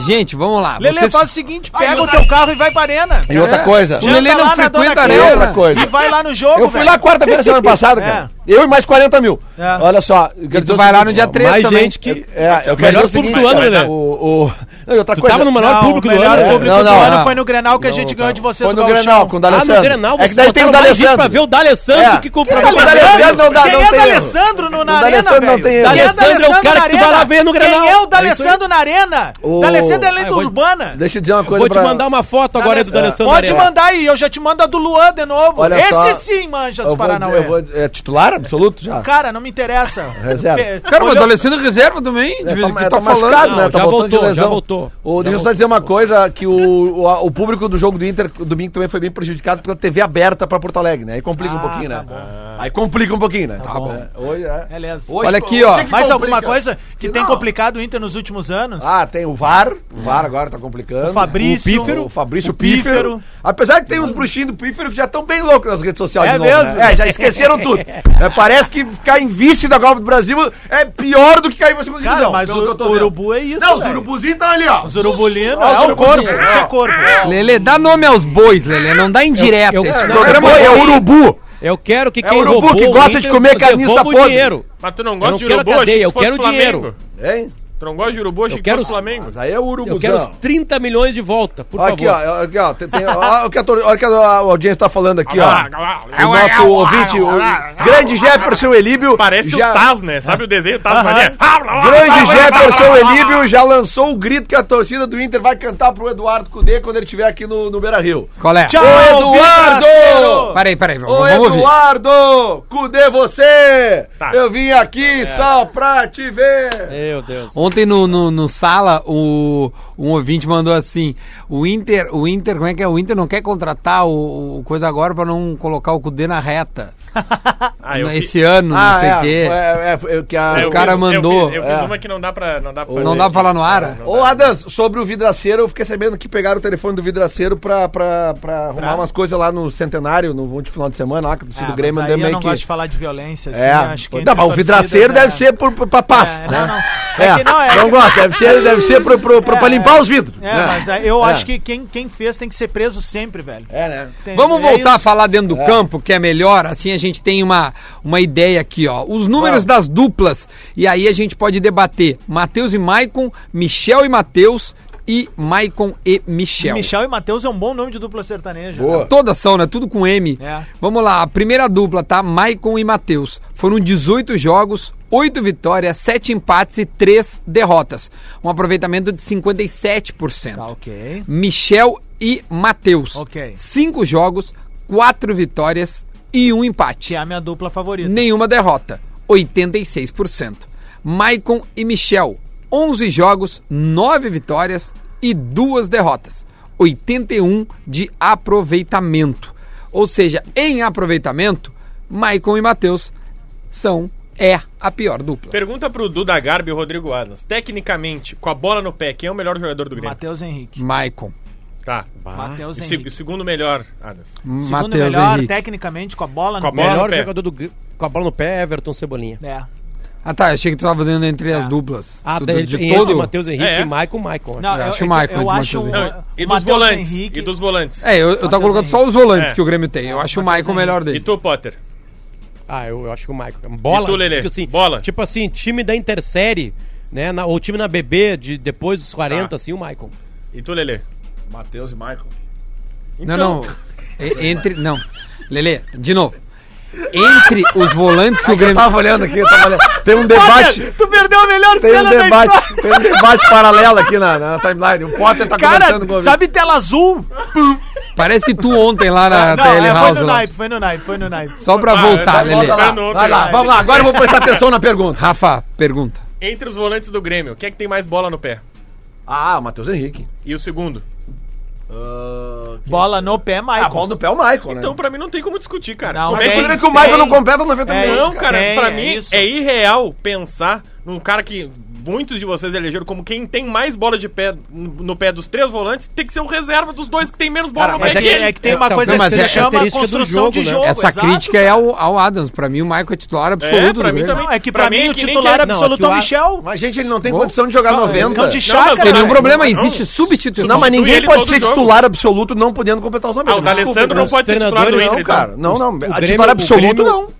Gente, vamos lá. Lele, Vocês- faz o seguinte, pega o teu carro e vai pra arena. E outra coisa. O Lelê Janta não lá na Dona frequenta a Cleide. arena. Outra coisa. E vai lá no jogo, Eu fui velho. lá quarta-feira *laughs* semana passada, cara. Eu e mais 40 mil. É. Olha só. eu quero E dizer tu o vai lá seguinte, no dia ó. 3 mais também. gente que- É, eu quero dizer Melhor o seguinte, público do ano, cara, Lelê. O, o... Não, e outra Tu coisa. tava no maior Não, público o do melhor ano. público Não, do não, ano ah. foi no Grenal que a Não, gente tá. ganhou de vocês Foi no Gauchão. Grenal, com o Ah, D'Alessandro. no Grenal, é vocês que daí tem o botaram mais gente D'Alessandro. pra ver o D'Alessandro É. que comprou Quem o é o D'Alessandro não dá, Quem não é o tem erro. D'Alessandro no- na O arena, D'Alessandro não tem velho? erro. Quem D'Alessandro é o cara na que tu vai lá arena? ver no Grenal. Quem é o É isso D'Alessandro na arena? Ô. D'Alessandro é Ah, lei eu do vou- Urbana. Deixa eu dizer uma coisa Vou te mandar uma foto agora é do D'Alessandro. na Tá Pode arena. mandar aí, eu já te mando a do Luan de novo. Olha Esse só, sim manja Eu dos vou dizer, Paranauê. eu vou dizer- é titular absoluto já? Cara, não me interessa. Reserva. um Pe- Cara, mas o olhou- adolescente reserva também, de É, vez em tá, quando tá tá machucado, falando. né? Não, Tá já voltando voltou, de lesão. já voltou. Ô, deixa eu só dizer uma coisa, que o, o, a- o público do jogo do Inter domingo também foi bem prejudicado pela TV aberta pra Porto Alegre, né? Aí complica um Ah, pouquinho, tá né? Aí complica um pouquinho, né? Tá bom. Hoje é. *laughs* Beleza. Hoje- Olha aqui, ó. Mais complica. alguma coisa que tem Não. complicado o Inter nos últimos anos? Ah, tem o VAR. O VAR agora tá complicando. O Fabrício. O Pífero. O Fabrício O Pífero. Pífero. Apesar que tem uns bruxinhos do Pífero que já estão bem loucos nas redes sociais É de novo, né? mesmo? É, já esqueceram tudo. É, parece que ficar em vice da Copa do Brasil é pior do que cair pra segunda Cara, divisão. mas pelo o- que eu tô o vendo. urubu é isso, Não, os velho. urubuzinhos estão ali, ó. Zurubulino Ah, é o Zurubulino. corvo. Isso é corvo. Lelê, dá nome aos bois, Lelê. Não dá indireta. eu- esse não, programa. programa é urubu. Eu quero que É quem o urubu que o gosta de Inter comer carniça devolva o podre. dinheiro. Mas tu não Eu gosta não de quero urubu? cadeia, Achei que eu fosse quero Flamengo. dinheiro. Hein? Tu não gosta de urubu? Achei Eu que quero fosse os- Flamengo. Mas aí é o urubuzão. Eu quero os 30 milhões de volta, por Aqui, favor. ó, aqui, ó, tem- tem- ó, olha o que a, tor- olha o que a audiência tá falando aqui, ó. Ah, O nosso ouvinte, o grande Jefferson Elíbio. Parece já- o Ah, Taz, né? Sabe o desenho Taz Maria? Grande Jefferson Elíbio já lançou o grito que a torcida do Inter vai cantar pro Eduardo Cudê quando ele estiver aqui no, no Beira Rio. Qual é? Tchau, Ô Eduardo! Vitor! Peraí, peraí. Ô Vamos ouvir. Eduardo! Cudê você! Tá. Eu vim aqui só pra te ver! Meu Deus. Ontem no, no, no sala, o, um ouvinte mandou assim: o Inter, o Inter, como é que é? O Inter não quer contratar o, o coisa agora pra não colocar o Cudê na reta. Ah, eu Esse fi- ano, não sei o é, quê. é, é, foi o que a- é, eu o cara fiz- eu mandou. fiz- Eu fiz É. uma que não dá pra não dá pra Não dá pra falar no ar? Não, não Ô, dá. Adams, sobre o vidraceiro, eu fiquei sabendo que pegaram o telefone do vidraceiro pra, pra, pra arrumar umas coisas lá no centenário, no último final de semana, lá, que o Ah, do mas Grêmio aí deu eu meio não que. gosto de falar de violência, assim, É, acho que não, entre mas o torcidas, vidraceiro é- deve ser pro- pra, pra paz, É, né? não, não. É, É que não é. Não gosto, deve *laughs* ser, deve ser pro, pro, pro- pra É, limpar os vidros. É, né? mas é, eu É. acho que quem, quem fez tem que ser preso sempre, velho. É, né? Tem- Vamos é voltar a isso. falar dentro do campo, que é melhor. Assim a gente tem uma, uma ideia aqui, ó. Os números das duplas. E aí a gente pode debater Matheus e Maicon, Michel e Matheus e Maicon e Michel. Michel e Matheus é um bom nome de dupla sertaneja. Boa. Todas são, né? Tudo com M. É. Vamos lá, a primeira dupla, tá? Maicon e Matheus. Foram 18 jogos, 8 vitórias, 7 empates e 3 derrotas. Um aproveitamento de 57%. Tá, ok. Michel e Matheus. Ok. 5 jogos, 4 vitórias e um empate. Que é a minha dupla favorita. Nenhuma derrota, 86%. Maicon e Michel, 11 jogos, 9 vitórias e 2 derrotas, 81 de aproveitamento. Ou seja, em aproveitamento, Maicon e Matheus são é a pior dupla. Pergunta pro Duda Garbi e o Rodrigo Adams. Tecnicamente, com a bola no pé, quem é o melhor jogador do Grêmio? Matheus Henrique. Maicon, Tá. O Matheus seg- Henrique. o segundo melhor, Adams. Segundo Matheus melhor, Henrique. tecnicamente, com a bola Com a no O bola pé. melhor no pé. jogador do, gr- com a bola no pé é Everton Cebolinha. É. Ah tá, achei que tu tava dando entre as duplas. Ah, Tu- daí de entre todo. Matheus Henrique É. e né? Maicon, Maicon. Não, Eu acho eu, o Michael eu de acho Matheus o- Henrique. Não, o e dos Matheus volantes. Henrique- E dos volantes. É, eu, eu tava Matheus colocando só Henrique. os volantes É. que o Grêmio tem. Eu acho o Maicon o melhor E deles. tu, Potter? Ah, eu, eu acho que o Maicon. Bola. E tu, Lelê? Tipo assim, Bola. Tipo assim, time da Intersérie, né? na- ou time na BB de depois dos 40, Tá. assim, o Maicon. E tu, Lelê? Então, Matheus e Michael. Não, não. E- Entre. Não. Lele, de novo. Entre os volantes que o Eu Grêmio. tava olhando aqui, eu tava olhando. Tem um debate. Tu perdeu a melhor Tem um cena da história. debate, tem um debate paralelo aqui na, na timeline. O Potter tá Cara, conversando com o sabe tela azul? Parece tu ontem lá na Não, TL é, Ah, House. foi no lá. naipe, foi no naipe, foi no naipe. Só pra Ah, voltar, tá, Lele. Volta lá. Tá no outro Vai lá, lado. vamos lá. Agora eu vou prestar atenção na pergunta. Rafa, pergunta. Entre os volantes do Grêmio, quem é que tem mais bola no pé? Ah, Matheus Henrique. E o segundo? Bola no Ah, pé, Michael. A bola do pé é o Michael, né? Então, pra mim, não tem como discutir, cara. Não, como é tem- que Lembrando que o Michael não completa 90 É, minutos. Não, cara. cara, Tem, pra é mim isso. é irreal pensar num cara que muitos de vocês elegeram como quem tem mais bola de pé no pé dos três volantes, tem que ser o reserva dos dois que tem menos bola Cara, no Mas pé é que, é que tem uma Então, coisa mas que é se chama característica do construção jogo, de né? jogo. Essa exato, crítica é ao, ao Adams. Pra mim, o Michael é titular absoluto É, do pra mim Grêmio. também. Não, é que pra, Pra mim, mim é o que nem titular que- não, absoluto que é o o a- Michel. Mas, gente, ele não tem condição de jogar 90. Cão de Não, mas Não tem chácara. nenhum problema, Não, existe substituição. Não, mas ninguém ele pode todo ser jogo. titular absoluto não podendo completar os 90. Ah, o Desculpa, D'Alessandro não mas- pode ser titular do treinadores Inter. então. Não, cara. Não, não. Grêmio- A titular o absoluto Grêmio- não.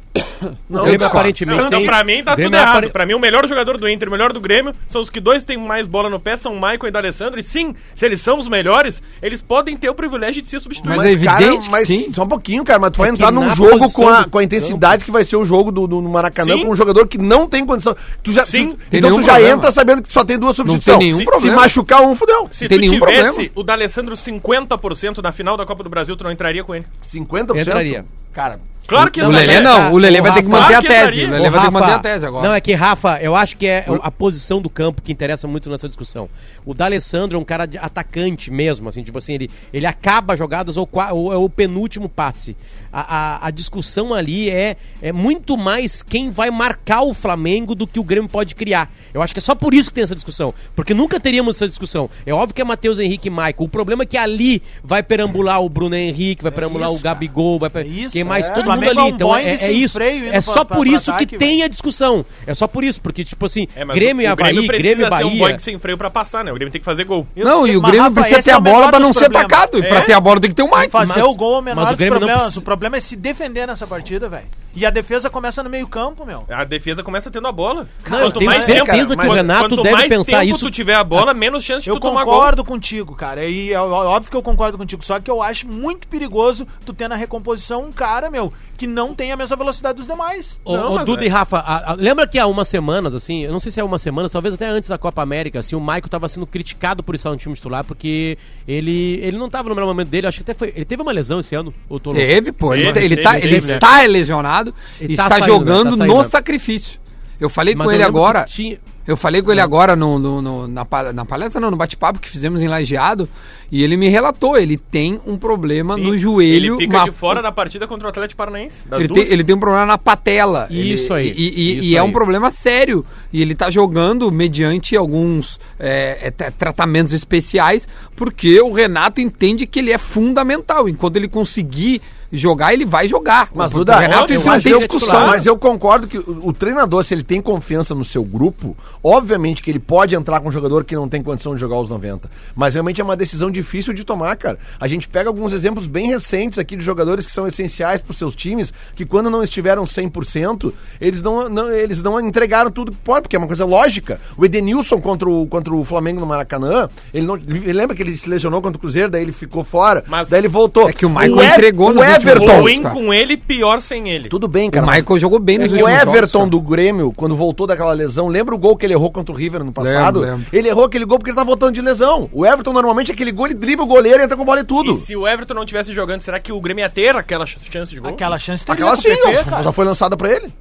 O Grêmio cara. aparentemente Então, tem- pra mim, tá o Grêmio tudo errado. apare- Pra mim, o melhor jogador do Inter, o melhor do Grêmio, são os que dois têm mais bola no pé, são Maicon e D'Alessandro. E sim, se eles são os melhores, eles podem ter o privilégio de ser substituídos. Mas é evidente que mas sim. só um pouquinho, cara. Mas tu vai É que entrar num na jogo posição com a, do com a intensidade que vai ser o jogo do, do- no Maracanã Sim. com um jogador que não tem condição. Tu já, Sim. tu- Tem então tu nenhum já problema. entra sabendo que só tem duas substituições. nenhum se, problema. se machucar um, fudeu. Se tem tu nenhum tivesse problema. o D'Alessandro 50% na final da Copa do Brasil, tu não entraria com ele. 50%? Entraria. Cara, Claro que né? O Lelê entraria. não, o Lelê O vai ter que Rafa- manter a Claro que tese. O entraria. Lelê Ô, vai ter que Rafa, manter a tese Não, agora. é que, Rafa, eu acho que é a posição do campo que interessa muito nessa discussão. O D'Alessandro é um cara de atacante mesmo, assim, tipo assim, ele, ele acaba jogadas ou, qua- ou é o penúltimo passe. A, a- a discussão ali é, é muito mais quem vai marcar o Flamengo do que o Grêmio pode criar. Eu acho que é só por isso que tem essa discussão, porque nunca teríamos essa discussão. É óbvio que é Matheus Henrique e Michael. O problema é que ali vai perambular o Bruno Henrique, vai perambular isso, o Gabigol, vai per... É isso, quem mais, é. todo Flamengo mundo é ali. um então é, boing é sem isso. freio indo É só pra- pra por isso ataque, que velho. tem tem a discussão. É só por isso, porque, tipo assim, É, mas Grêmio e o- o Havaí, Grêmio, precisa e ser um Bahia. boy sem freio pra passar, né? O Grêmio tem que fazer gol. Eu não, sei, e o mas, Grêmio Rafa, precisa esse ter é a o bola menor pra não dos ser problemas. atacado. E pra É. ter a bola tem que ter o Mike. Fazer Mas- o gol é o menor mas o dos Grêmio não problemas. precisa- O problema é se defender nessa partida, velho. E a defesa começa no meio-campo, meu. É. A defesa começa tendo a bola. Não, eu tenho certeza que o quanto- Renato quanto deve mais pensar tempo isso. tu tiver a bola, menos chance de Eu tu tomar gol. concordo contigo, cara. E é ó- óbvio que eu concordo contigo. Só que eu acho muito perigoso tu ter na recomposição um cara, meu, que não tem a mesma velocidade dos demais. Ô, Não, ô, mas Duda é. e Rafa, a- a- lembra que há umas semanas, assim, eu não sei se é umas semanas, talvez até antes da Copa América, assim, o Maico tava sendo criticado por estar no time titular, porque ele, ele não tava no melhor momento dele, acho que até foi. Ele teve uma lesão esse ano, o Tolo. Teve, pô. Ele, Teve, ele teve, tá, teve, ele né? está lesionado Ele e tá está saindo, jogando né? Tá no saindo. sacrifício. Eu falei Mas com eu ele lembro agora. que tinha- Ah. Eu falei com ele agora no, no- no- na, pal- na palestra, não, no bate-papo que fizemos em Lajeado, e ele me relatou, ele tem um problema Sim, no joelho. Ele fica uma- de fora da partida contra o Atlético Paranaense. das ele, duas. tem, ele tem um problema na patela. Isso Ele- aí, E, e- isso e é um aí. problema sério. E ele tá jogando mediante alguns é, é, tra- tratamentos especiais, porque o Renato entende que ele é fundamental. Enquanto ele conseguir jogar, ele vai jogar. Mas, o, Duda, o Renato eu isso não mas tem eu- discussão. Mas eu concordo que o, o treinador, se ele tem confiança no seu grupo, obviamente que ele pode entrar com um jogador que não tem condição de jogar os 90. Mas realmente é uma decisão difícil de tomar, cara. A gente pega alguns exemplos bem recentes aqui de jogadores que são essenciais para seus times, que quando não estiveram 100%, eles não, não- eles não entregaram tudo que pode, porque é uma coisa lógica. O Edenilson contra o, contra o Flamengo no Maracanã, ele não ele lembra que ele se lesionou contra o Cruzeiro, daí ele ficou fora, Mas daí ele voltou. é que o Michael Ev- entregou o nos últimos Everton. jogos. Ruim cara. com ele, pior sem ele. Tudo bem, cara. o mas- Michael jogou bem nos o últimos jogos, Everton cara. do Grêmio, quando voltou daquela lesão, lembra o gol que ele errou contra o River no passado? Lembro, lembro. Ele errou aquele gol porque ele tá voltando de lesão. O Everton, normalmente, é aquele gol ele dribla o goleiro, entra com bola e E tudo. se o Everton não tivesse jogando, será que o Grêmio ia ter aquela ch- chance de gol? Aquela chance tem Aquela sim, que ó, só foi lançada pra ele.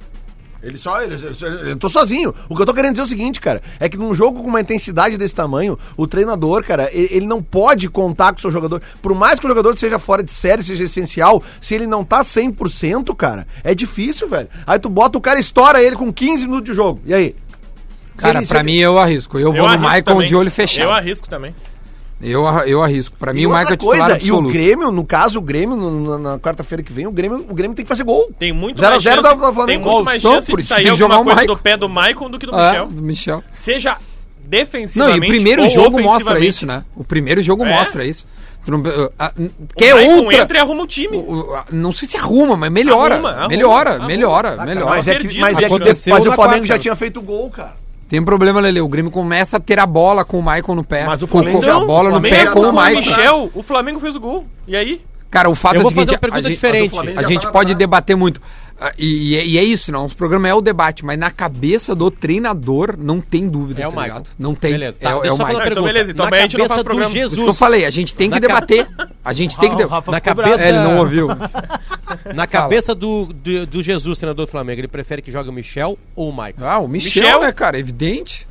Ele só. Ele, ele- ele entrou sozinho. O que eu tô querendo dizer é o seguinte, cara. É que num jogo com uma intensidade desse tamanho, o treinador, cara, ele, ele não pode contar com o seu jogador. Por mais que o jogador seja fora de série, seja essencial, se ele não tá 100%, cara, é difícil, velho. Aí tu bota o cara, estoura ele com 15 minutos de jogo. E aí? Cara, Se ele- se pra ele- mim eu arrisco. Eu vou no arrisco Michael também. de olho Eu fechado. arrisco também. Eu, arrisco. eu arrisco. Pra mim E o Michael outra é titular coisa, e o absoluto. Grêmio, no caso, o Grêmio, no- na, na quarta-feira que vem, o Grêmio, o Grêmio tem que fazer gol. Tem muito Zero a mais zero chance, da- da Flamengo. tem muito mais Então, chance por de isso que tem sair que jogar alguma coisa o do Michael. pé do Maicon do que do Ah, Michel. do Michel. Seja Não, e defensivamente o primeiro ou jogo mostra ofensivamente. isso, né? O primeiro jogo É? mostra isso. Tu não- uh, ah, n- O Quer Maicon outra. entra e arruma o time. o- o- ah, Não sei se arruma, mas melhora. Arruma, arruma, melhora, arruma. melhora, Ah, cara, melhora. mas é que, Perdido, mas é que aconteceu depois, mas o na Flamengo quarta. já tinha feito gol, cara. Tem um problema, Lele. O Grêmio começa a ter a bola com o Michael no pé. Mas o Com- Flamengo com, não, a bola o no Flamengo pé já com tá o no Michael. Michel, o Flamengo fez o gol. E aí? Cara, o fato é Eu o vou seguinte. fazer uma a pergunta gente- diferente. mas o Flamengo A já gente tá na pode base. debater muito. Ah, E, e é- e é isso, não. Os programas é o debate, mas na cabeça do treinador não tem dúvida. É o tá Michael. ligado? Não tem. Beleza, é, tá, o- é deixa eu o só fazer uma Michael. Então, pergunta. beleza, então Na amanhã a gente não cabeça faz do programa. Por Jesus. isso que eu falei, a gente tem que debater. A gente tem que. Ah, O de- Rafa Na ficou cabeça- bravo. É, ele não ouviu. Na cabeça do, do, do Jesus, treinador do Flamengo, ele prefere que jogue o Michel ou o Michael? Ah, o Michel, Michel. né, cara? Evidente.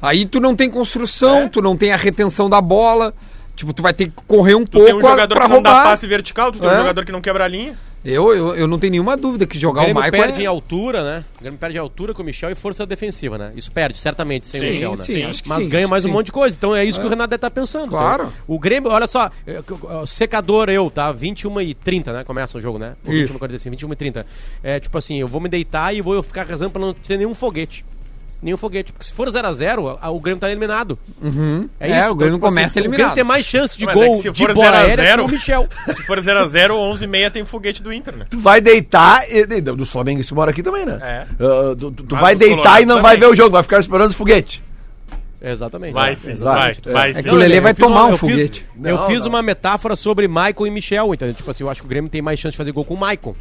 Aí tu não tem construção, É. tu não tem a retenção da bola. Tipo, tu vai ter que correr um Tu tem um pouco a- jogador pra que não dá roubar. passe vertical, tu tem É. um jogador que não quebra a linha. Eu, eu, eu não tenho nenhuma dúvida que O jogar o, Grêmio Michael perde é- em altura, né? O Grêmio perde em altura com o Michel e força defensiva, né? Isso perde, certamente, sem o Sim, Michel, né? sim, acho que Mas sim, ganha acho mais que um sim. monte de coisa. Então é isso que o Renato deve estar pensando. Claro. Então, o Grêmio, olha só, é, c- c- secador eu, tá? 21 e 30, né? Começa o jogo, né? Ou Isso. 21 e 45, 21 e 30. É tipo assim, eu vou me deitar e vou ficar rezando pra não ter nenhum foguete. Nenhum foguete. Porque se for 0x0, o Grêmio tá eliminado. Então, É, o Grêmio começa tipo assim, O Grêmio eliminado. tem mais chance de Mas é gol que se de for bola 0 a aérea 0, que *laughs* o Michel. Se for 0x0, 11 e meia tem foguete do Inter, né? Tu vai deitar. E, e- dos Flamengues que mora aqui também, né? É. Ah, tu tu- tu Mas vai os deitar e não colorados vai ver também. o jogo, vai ficar esperando os foguetes. Exatamente. Vai É, sim, vai, exatamente. vai É sim. que o Lelê Eu vai fiz tomar uma- um eu fiz- foguete. eu Não, fiz não. uma metáfora sobre Michael e Michel, então, tipo assim, eu acho que o Grêmio tem mais chance de fazer gol com o Michael.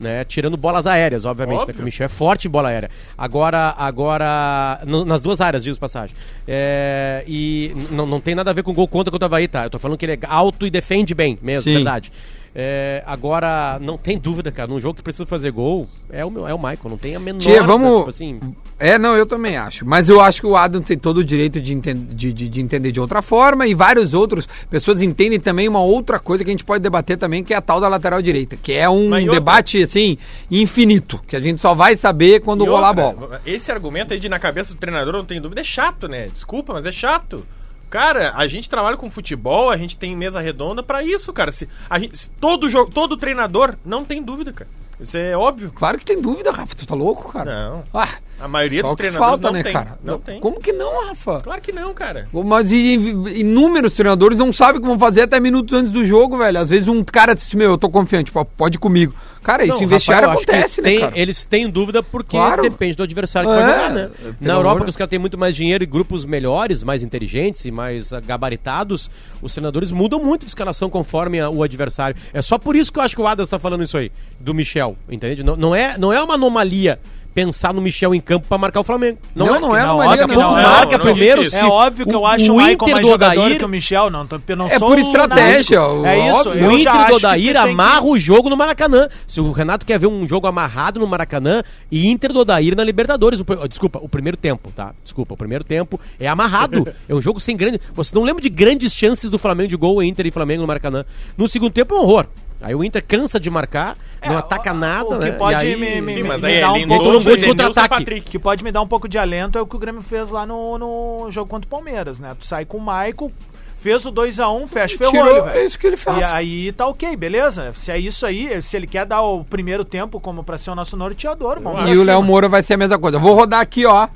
Né, tirando bolas aéreas, obviamente, né, Óbvio. que o Michel é forte em bola aérea. Agora, agora no- nas duas áreas, digo de passagem. É, e n- não não tem nada a ver com gol contra contra o Havaí, tá? Eu tô falando que ele é alto e defende bem mesmo, Sim. verdade. É, agora, não tem dúvida, cara, num jogo que precisa fazer gol, é o, meu, é o Michael, não tem a menor Tchê, vamos. tipo assim, É, não, eu também acho. Mas eu acho que o Adam tem todo o direito de, enten- de, de- de entender de outra forma e vários outros pessoas entendem também uma outra coisa que a gente pode debater também, que é a tal da lateral direita, que é um Mas e outra? debate, assim, infinito, que a gente só vai saber quando E rolar a outra, bola. Esse argumento aí de na cabeça do treinador, eu não tenho dúvida, é chato, né? Desculpa, mas é chato. Cara, a gente trabalha com futebol, a gente tem mesa redonda pra isso, cara. Se, a gente, se todo jogo, todo treinador, não tem dúvida, cara. Isso é óbvio. Claro que tem dúvida, Rafa, tu tá louco, cara? Não. Ah, A maioria só dos o que treinadores falta, não né, tem. cara? Não tem. Como que não, Rafa? Claro que não, cara. Mas e- e- inúmeros treinadores não sabem o que vão fazer até minutos antes do jogo, velho. Às vezes um cara disse, meu, eu tô confiante, tipo, pode ir comigo. Cara, isso Não, em vestiário Rafael, eu acho que acontece, né, tem- cara? Eles têm dúvida porque Claro. depende do adversário que É, vai jogar, né? pelo Na Europa, amor- que os caras têm muito mais dinheiro e grupos melhores, mais inteligentes e mais ah, gabaritados, os treinadores mudam muito de escalação conforme a- o adversário. É só por isso que eu acho que o Adas tá falando isso aí, do Michel, entende? Não, não é, não é uma anomalia pensar no Michel em campo pra marcar o Flamengo. Não, não é na anomalia, hora, não. pouco Não, marca não primeiro. existe se É óbvio que eu acho o, Michael mais do jogador Odair- que o Michel, não, tô- eu não É sou por o estratégia, lunático. o- É isso, óbvio. o eu já Inter acho do que tem Odair que- amarra o jogo no Maracanã. Se o Renato quer ver um jogo amarrado no Maracanã, e Inter do Odair na Libertadores. O pr- oh, desculpa, o primeiro tempo, tá? Desculpa, o primeiro tempo *laughs* é amarrado. é um jogo sem grande. Você não lembra de grandes chances do Flamengo de gol, Inter e Flamengo no Maracanã. No segundo tempo é um horror. Aí o Inter cansa de marcar, não ataca É, o- nada. o que né? pode e aí... me- me- Sim, me- mas me aí dá é um Lindoso, pouco no gol de Edenilson, contra-ataque. Patrick. que pode me dar um pouco de alento é o que o Grêmio fez lá no, no jogo contra o Palmeiras, né? Tu sai com o Maico, fez o 2x1, fecha o Tirou- ferrolho, velho. é isso que ele faz. E aí tá ok, beleza? Se é isso aí, se ele quer dar o primeiro tempo como pra ser o nosso norteador, vamos pra E o cima. Léo Moura vai ser a mesma coisa. Eu Vou rodar aqui, ó.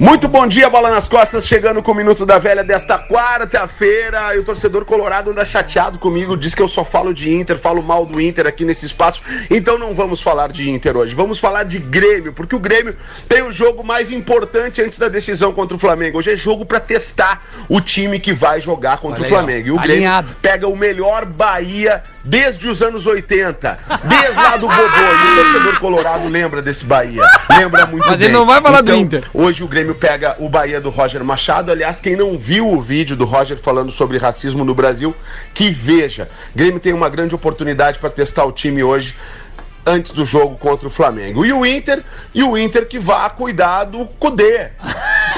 Muito bom dia, Bola nas Costas, chegando com o Minuto da Velha desta quarta-feira. E o torcedor colorado anda chateado comigo, diz que eu só falo de Inter, falo mal do Inter aqui nesse espaço. Então não vamos falar de Inter hoje, vamos falar de Grêmio, porque o Grêmio tem o jogo mais importante antes da decisão contra o Flamengo. Hoje é jogo pra testar o time que vai jogar Olha contra o aí, ó. Flamengo. E o Alinhado. Grêmio pega o melhor Bahia desde os anos 80, desde lá do Bobô. E o torcedor colorado lembra desse Bahia, lembra muito Mas bem. ele não vai falar do Então, Inter. Hoje o Grêmio pega o Bahia do Roger Machado. Aliás, quem não viu o vídeo do Roger falando sobre racismo no Brasil, que veja. Grêmio tem uma grande oportunidade para testar o time hoje. Antes do jogo contra o Flamengo. E o Inter, e o Inter que vá cuidar do Cudê.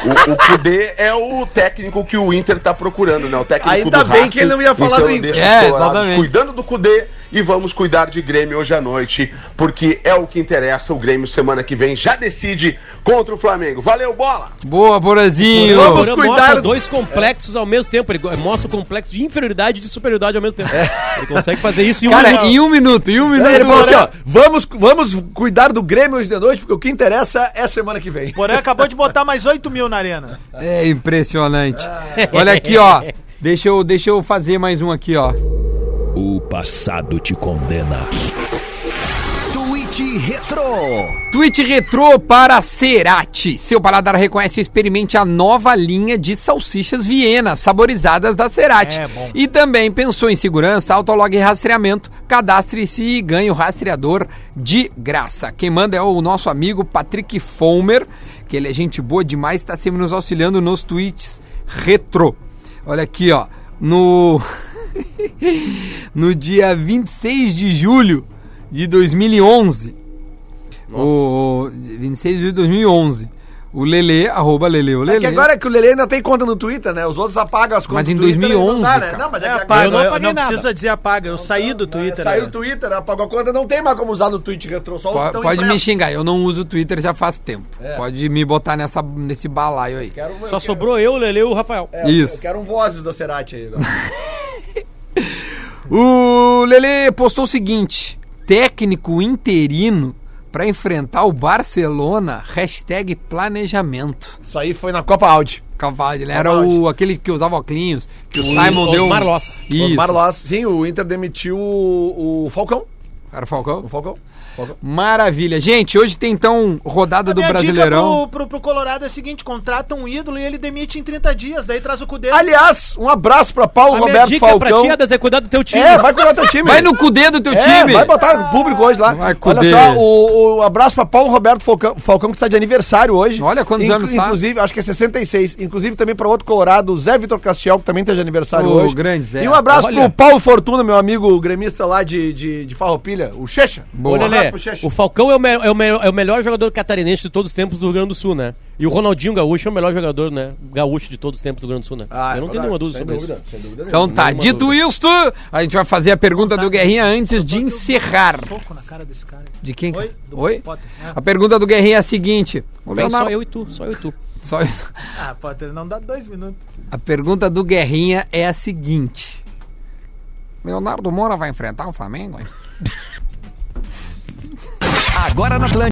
O, o Cudê é o técnico que o Inter tá procurando, né? O técnico Ainda do bem Racing. que ele não ia falar Então do eu Inter. deixo os É, colorados exatamente. cuidando do Cudê e vamos cuidar de Grêmio hoje à noite, porque é o que interessa. O Grêmio semana que vem já decide contra o Flamengo. Valeu, bola! Boa, Borazinho. O Vamos Moura cuidar mostra do- dois complexos ao mesmo tempo. Ele go- mostra o complexo de inferioridade e de superioridade ao mesmo tempo. É. Ele consegue *laughs* fazer isso em um Cara, jogo. em um minuto, em um minuto. Ele falou assim, Porã. ó, vamos, vamos cuidar do Grêmio hoje de noite, porque o que interessa é semana que vem. Porém, acabou de botar mais 8 mil na arena. É impressionante. Olha aqui, *laughs* ó. Deixa eu, deixa eu fazer mais um aqui, ó. O passado te condena. Twitch Retro. Tweet retrô para Cerati. Seu paladar reconhece e experimente a nova linha de salsichas Viena, saborizadas da Cerati. É, bom. E também pensou em segurança, autolog e rastreamento. Cadastre-se e ganhe o rastreador de graça. Quem manda é o nosso amigo Patrick Fomer, que ele é gente boa demais, está sempre nos auxiliando nos tweets retrô. Olha aqui, ó. No. *laughs* no dia 26 de julho de 2011. O, o 26 de julho de 2011. O Lele, arroba Lele, o É que Lele. agora que o Lele ainda tem conta no Twitter, né? Os outros apagam as contas Mas em do Twitter, eles 2011, Não, dá, né? cara. não, mas é, É, que agora- apaga, eu não eu- apaguei não nada. precisa dizer apaga, eu saí do Twitter. é, Saiu né? o Twitter, apagou a conta, não tem mais como usar no Twitch retrô, só os que Po- estão Pode me impressos. xingar, eu não uso o Twitter já faz tempo. Pode me botar nessa, nesse balaio aí. Quero- É. eu Só quero- sobrou eu, o Lele e o Rafael. é, Isso. Eu quero um vozes da Cerati aí. né? agora. O Lele postou o seguinte: técnico interino para enfrentar o Barcelona, hashtag planejamento. Isso aí foi na Copa Audi. Cavalo, ele era o, aquele que usava óculos, que o, Simon deu. um- Osmar Loss. Isso. Osmar Loss. Sim, o Inter demitiu o, o Falcão. Era o O Falcão? Falcão. Falcão. Maravilha. Gente, hoje tem então rodada do minha Brasileirão. dica pro, pro, pro Colorado é a seguinte: contrata um ídolo e ele demite em 30 dias, daí traz o Cudê. Aliás, um abraço pra Paulo A minha Roberto dica pra Falcão. ti, Adas, é cuidar do teu time. é, vai cuidar teu time. É, Vai no cudê do teu É, time. Vai botar no público hoje lá. Vai com Olha Deus. só, o, o abraço pra Paulo Roberto Falcão, Falcão, que está de aniversário hoje. Olha quantos anos tá. Inclusive, acho que é 66. Inclusive também para outro colorado, o Zé Vitor Castiel, que também está de aniversário Ô, hoje. grande Zé. E um abraço Olha. pro Paulo Fortuna, meu amigo gremista lá de, de, de Farroupilha, o Checha. Boa. Ô, Lelê, pro Cheche. o Falcão é o, me- é o me- é o melhor jogador catarinense de todos os tempos do Rio Grande do Sul, né? E o Ronaldinho Gaúcho é o melhor jogador, né? Gaúcho de todos os tempos do Rio Grande do Sul, né? Ah, Eu não é tenho nenhuma verdade, dúvida sem sobre dúvida, isso. Sem dúvida Então tá, Nenhuma dito dúvida. isto, a gente vai fazer a pergunta do Guerrinha antes de encerrar. um Soco na cara desse cara. De quem? Oi? cara? Do Oi? Potter. É. A pergunta do Guerrinha é a seguinte. O Bem, só Leonardo- eu e tu, só eu e tu. só eu- Ah, Potter, não dá dois minutos. A pergunta do Guerrinha é a seguinte: Leonardo Moura vai enfrentar o Flamengo? hein? Agora na Atlântica.